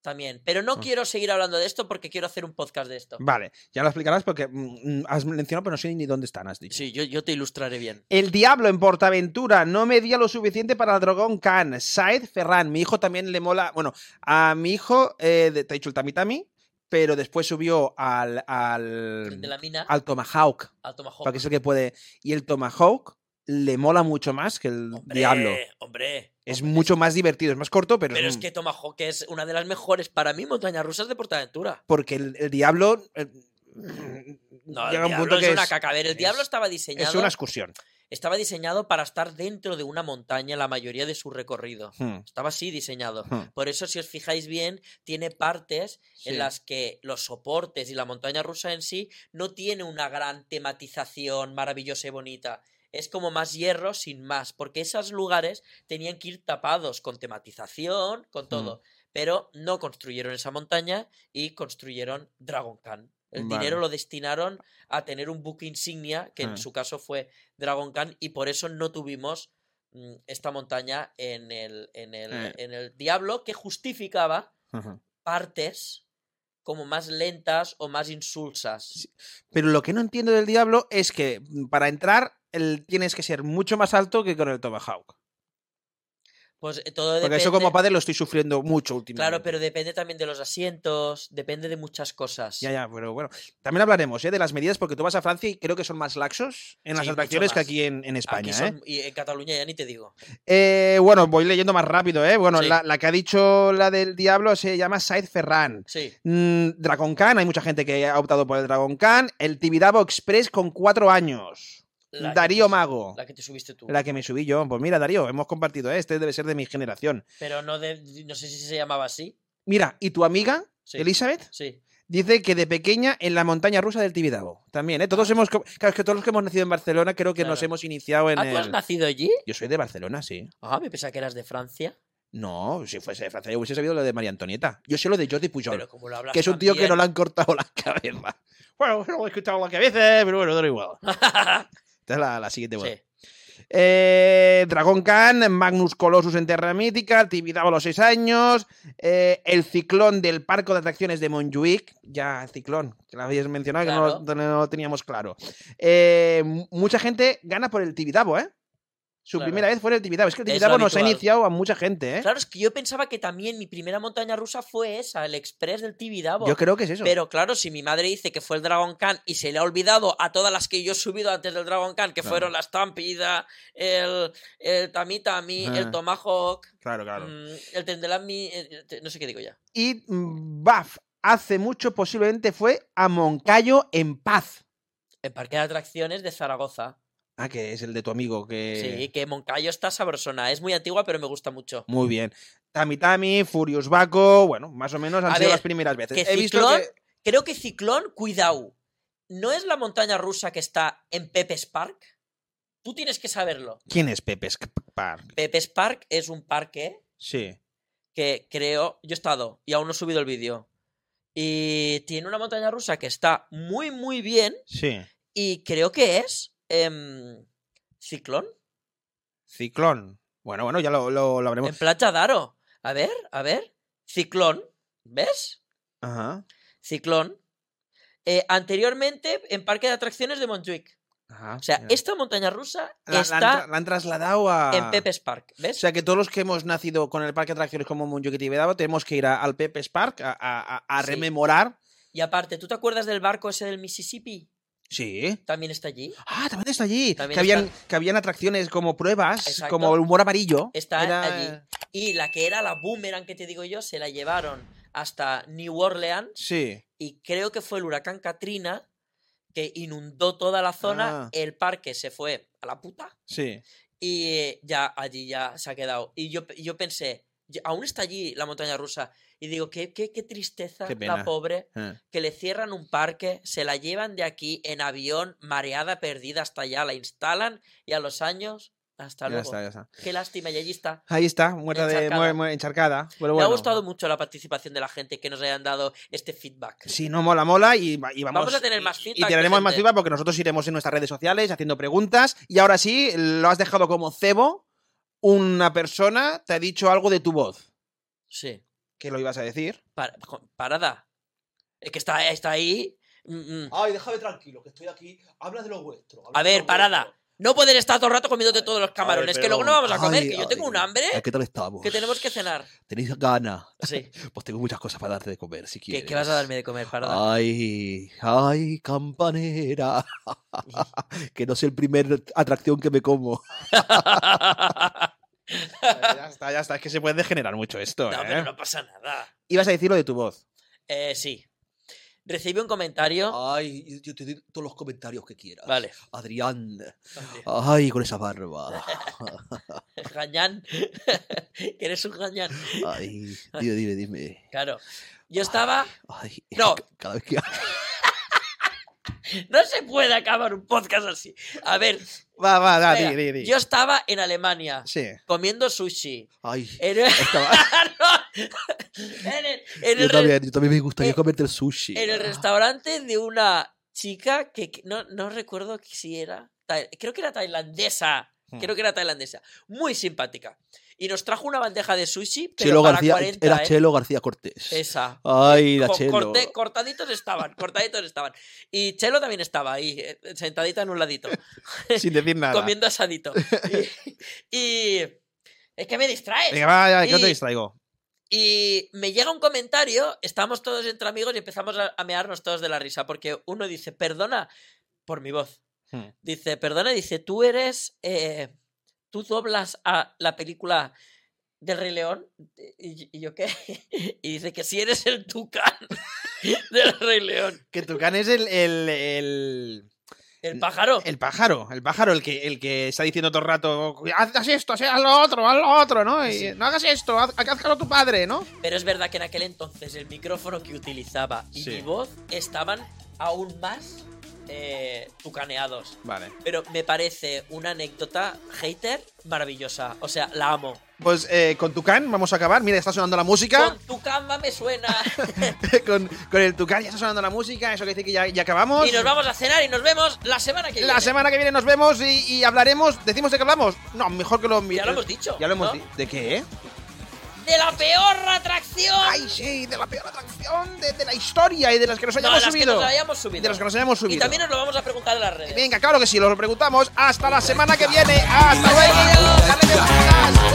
S3: también. Pero no
S2: Hmm.
S3: quiero seguir hablando de esto porque quiero hacer un podcast de esto.
S2: Vale, ya lo explicarás porque mm, mm, has mencionado, pero no sé ni dónde están, has dicho.
S3: Sí, yo, yo te ilustraré bien.
S2: El diablo en Portaventura no medía lo suficiente para el Dragón Khan. Said Ferran, mi hijo también le mola. Bueno, a mi hijo eh, de- te he dicho el Tamitami, pero después subió al, al,
S3: De la mina
S2: al Tomahawk,
S3: al Tomahawk.
S2: porque es el Em, ah, que puede. Y el Tomahawk le mola mucho más que el
S3: Hombre,
S2: diablo.
S3: Hombre.
S2: Es mucho más divertido, es más corto, pero.
S3: Pero es
S2: mm,
S3: que Tomahawk es una de las mejores para mí montañas rusas de Portaventura.
S2: Porque el, el diablo. eh, llega a
S3: No, el
S2: un
S3: diablo
S2: punto
S3: es
S2: que
S3: una
S2: es-
S3: caca. A ver, el
S2: es-
S3: diablo estaba
S2: es,
S3: diseñado.
S2: una excursión.
S3: estaba diseñado para estar dentro de una montaña la mayoría de su recorrido.
S2: Hmm,
S3: Estaba así diseñado.
S2: hmm.
S3: Por eso, si os fijáis bien, tiene partes
S2: Sí.
S3: en las que los soportes y la montaña rusa en sí no tiene una gran tematización maravillosa y bonita. Es como más hierro sin más, porque esos lugares tenían que ir tapados con tematización,
S2: Mm.
S3: con todo. Pero no construyeron esa montaña y construyeron Dragon Khan. El
S2: Vale.
S3: dinero lo destinaron a tener un buque insignia, que
S2: Ah.
S3: en su caso fue Dragon Khan, y por eso no tuvimos mm, esta montaña en el, en el,
S2: Eh.
S3: en el Diablo, que justificaba
S2: Ujú.
S3: partes como más lentas o más insulsas.
S2: Pero lo que no entiendo del diablo es que mm, para entrar el- tienes que ser mucho más alto que con el Tomahawk.
S3: Pues eh, todo
S2: Porque
S3: depende.
S2: eso como padre lo estoy sufriendo mucho últimamente.
S3: Claro, pero depende también de los asientos, depende de muchas cosas.
S2: Ya, ya, pero bueno. También hablaremos ¿eh? de las medidas porque tú vas a Francia y creo que son más laxos en las
S3: Sí, mucho
S2: atracciones que
S3: más.
S2: aquí en, en España.
S3: Aquí
S2: ¿eh?
S3: son- y en Cataluña ya ni te digo.
S2: Eh, bueno, voy leyendo más rápido. ¿eh? Bueno,
S3: Sí.
S2: la, la que ha dicho la del diablo se llama Said Ferran.
S3: Sí.
S2: Mm, Dragon Khan, hay mucha gente que ha optado por el Dragon Khan. El Tibidabo Express con cuatro años.
S3: la que
S2: Darío
S3: te-
S2: Mago.
S3: La que te subiste tú.
S2: La que me subí yo. Pues mira, Darío, hemos compartido, ¿eh? este debe ser de mi generación.
S3: Pero no, de- no sé si se llamaba así.
S2: Mira, ¿y tu amiga,
S3: Sí.
S2: Elizabeth?
S3: Sí.
S2: Dice que de pequeña en la montaña rusa del Tibidabo. También, ¿eh? Todos hemos. co- Claro, es que todos los que hemos nacido en Barcelona creo que nos
S3: Ah. Claro.
S2: hemos iniciado en.
S3: ¿Ah, tú has
S2: el-
S3: nacido allí?
S2: Yo soy de Barcelona, sí.
S3: Ah, me pensaba que eras de Francia.
S2: No, si fuese de Francia, yo hubiese sabido lo de María Antonieta. Yo sé lo de Jordi Pujol,
S3: Pero como lo hablas
S2: que es un tío que no
S3: tan
S2: le han cortado la cabeza. Bueno, no le he cortado la cabeza, pero bueno, da igual. Esta es la, la siguiente
S3: bien-
S2: voz.
S3: Sí.
S2: Eh, Dragon Khan, Magnus Colossus en Terra Mítica, el Tibidabo a los 6 años, eh, el ciclón del Parco de Atracciones de Montjuic, ya ciclón, que lo habías mencionado, que no lo- no, lo teníamos claro. Eh, mu- mucha gente gana por el Tibidabo, ¿eh? Su
S3: Claro.
S2: primera vez fue el Tibidabo. Es que el
S3: Es lo
S2: Tibidabo nos ha
S3: habitual.
S2: iniciado a mucha gente, ¿eh?
S3: Claro, es que yo pensaba que también mi primera montaña rusa fue esa, el Express del Tibidabo.
S2: Yo creo que es eso.
S3: Pero claro, si mi madre dice que fue el Dragon Khan y se le ha olvidado a todas las que yo he subido antes del Dragon Khan, que fueron la Estampida, el, el Tami Tami, el
S2: Ah. Tomahawk,
S3: Tomahawk,
S2: Claro,
S3: mm, el Tendelami, el- el- no sé qué digo ya.
S2: Y mm, Baf hace mucho posiblemente fue a Moncayo en paz.
S3: El Parque de Atracciones de Zaragoza.
S2: Ah, que es el de tu amigo que.
S3: Sí, que Moncayo está sabrosona. Es muy antigua, pero me gusta mucho.
S2: Muy bien. Tami Tami, Furious Baco, bueno, más o menos han
S3: A
S2: sido
S3: ver,
S2: las primeras veces.
S3: que
S2: He visto
S3: Ciclón-
S2: que-
S3: Creo que Ciclón, cuidado. ¿No es la montaña rusa que está en Pepe's Park? Tú tienes que saberlo.
S2: ¿Quién es Pepe Spark?
S3: Pepe's Park es un parque
S2: Sí.
S3: que creo. Yo he estado y aún no he subido el vídeo. Y tiene una montaña rusa que está muy, muy bien.
S2: Sí.
S3: Y creo que es. em, Ciclón.
S2: Ciclón. Bueno, bueno, ya lo, lo, lo habremos.
S3: En Playa Daro. A ver, a ver. Ciclón. ¿Ves?
S2: Ajá.
S3: Ciclón. Eh, anteriormente en Parque de Atracciones de Montjuic.
S2: ajá,
S3: O sea,
S2: mira.
S3: esta montaña rusa
S2: La- la, han tra-
S3: está
S2: la han trasladado a.
S3: en Pepe's Park.
S2: O
S3: ¿Ves?
S2: sea que todos los que hemos nacido con el parque de atracciones como Monjuic y Tibidabo tenemos que ir a- al Pepe Spark a, a- a- a
S3: Sí.
S2: rememorar.
S3: Y aparte, ¿tú te acuerdas del barco ese del Mississippi?
S2: Sí.
S3: También está allí.
S2: Ah, también está allí.
S3: También
S2: que, habían, que habían atracciones como pruebas,
S3: Exacto.
S2: como el humor amarillo.
S3: Está
S2: Era-
S3: allí. Y la que era la boomerang que te digo yo, se la llevaron hasta New Orleans
S2: Sí.
S3: y creo que fue el huracán Katrina que inundó toda la zona,
S2: Ah.
S3: el parque se fue a la puta
S2: Sí.
S3: y eh, ya allí ya se ha quedado. Y yo, pe- yo pensé, "Ya- aún está allí la montaña rusa. Y digo, qué, qué, qué tristeza
S2: Qué pena.
S3: la pobre,
S2: Ah.
S3: que le cierran un parque, se la llevan de aquí en avión, mareada, perdida hasta allá, la instalan y a los años, hasta
S2: Ya
S3: luego.
S2: está, ya está.
S3: Qué lástima, y allí está.
S2: Ahí está, muerta de
S3: Encharcada.
S2: mue- mue- encharcada. Pero
S3: Me
S2: bueno.
S3: ha gustado mucho la participación de la gente que nos hayan dado este feedback.
S2: Sí, no mola, mola y, va- y vamos,
S3: Vamos a tener más
S2: y-
S3: feedback,
S2: Y tendremos más
S3: gente.
S2: feedback porque nosotros iremos en nuestras redes sociales haciendo preguntas. Y ahora sí, lo has dejado como cebo. Una persona te ha dicho algo de tu voz.
S3: Sí.
S2: Que lo ibas a decir.
S3: Par- jo- parada. Es que está, está ahí. Mm, mm.
S7: Ay, déjame tranquilo, que estoy aquí. Habla de lo vuestro. habla
S3: A
S7: de
S3: ver,
S7: lo
S3: parada.
S7: vuestro.
S3: No poder estar todo el rato comiéndote todos los camarones, que luego no vamos a comer,
S7: Ay,
S3: que yo
S7: ay,
S3: tengo un hambre
S7: ay, ¿Qué tal estamos?
S3: que tenemos que cenar.
S7: ¿Tenéis ganas?
S3: Sí.
S7: Pues tengo muchas cosas para darte de comer, si quieres.
S3: ¿Qué, qué vas a darme de comer, parada?
S7: Ay, ay, campanera. que no es el primer atracción que me como.
S2: ya está, ya está. Es que se puede degenerar mucho esto,
S3: no,
S2: ¿eh?
S3: pero no pasa nada.
S2: Ibas a decir lo de tu voz.
S3: Eh, sí. Recibí un
S7: Oh.
S3: comentario.
S7: Ay, yo te doy todos los comentarios que quieras.
S3: Vale.
S7: Adrián. Ay, con esa barba.
S3: Gañán. que eres un gañán.
S7: Ay, dime, dime, dime.
S3: Claro.
S7: Ah.
S3: Yo estaba.
S7: Ay,
S3: No.
S7: Cada vez que...
S3: No se puede acabar un podcast así. A ver,
S2: Va, va,
S7: Ah,
S2: da, di,
S3: Espera,
S2: di, di.
S3: Yo estaba en Alemania
S2: Sí.
S3: comiendo sushi.
S7: Ay,
S3: En el,
S7: estaba...
S3: No, en el- en
S7: Yo
S3: el re-
S7: también, yo también me gustaría
S3: eh,
S7: comerte el sushi.
S3: en el restaurante de una chica que que no, no recuerdo si era. tai- Creo que era tailandesa.
S7: Hmm.
S3: Creo que era tailandesa. Muy simpática. Y nos trajo una bandeja de sushi, pero
S7: Chelo
S3: para
S7: García,
S3: 40,
S7: era
S3: ¿eh?
S7: Chelo García Cortés.
S3: Esa.
S7: Ay, la
S3: Co-
S7: Chelo.
S3: corte- cortaditos estaban, cortaditos estaban. Y Chelo también estaba ahí, eh, sentadita en un ladito.
S2: Sin decir nada.
S3: comiendo asadito. Y, y- es que me distraes.
S2: Venga, va, ya, yo
S3: Y-
S2: te distraigo.
S3: Y me llega un comentario, estamos todos entre amigos y empezamos a a mearnos todos de la risa, porque uno dice, perdona, por mi voz.
S2: Hmm.
S3: Dice, perdona, dice, tú eres, eh, tú doblas a la película del Rey León. ¿Y, y yo qué? Y dice que si eres el tucán del Rey León.
S2: Que Tucán es el, el, el,
S3: El pájaro.
S5: El pájaro, el pájaro, el que, el que está diciendo todo el rato, haz haz esto, haz haz lo otro, haz lo otro, ¿no? Y, No hagas esto, haz, hazlo tu padre, ¿no?
S3: Pero es verdad que en aquel entonces el micrófono que utilizaba y
S5: Sí.
S3: mi voz estaban aún más eh, tucaneados.
S5: Vale.
S3: Pero me parece una anécdota hater maravillosa. O sea, la amo.
S5: Pues eh, con Tucán vamos a acabar. Mira, está sonando la música.
S3: Con tu cama me suena.
S5: con, con el Tucán ya está sonando la música. Eso que dice que ya, ya acabamos.
S3: y nos vamos a cenar y nos vemos la semana que viene.
S5: La semana que viene nos vemos y, y hablaremos. ¿Decimos de qué hablamos? No, mejor que lo.
S3: Ya lo hemos dicho,
S5: Ya lo hemos
S3: ¿no?
S5: di- ¿De qué, eh?
S3: De la peor atracción.
S5: ¡Ay, sí! De la peor atracción de, de la historia y de las que nos
S3: No,
S5: hayamos
S3: las que
S5: subido.
S3: nos hayamos subido.
S5: De las que nos hayamos subido.
S3: Y también nos lo vamos a preguntar en las redes.
S5: Venga, claro que sí, lo preguntamos. Hasta la semana que viene. ¡Hasta luego!
S3: Adiós.
S5: Dale me gustas.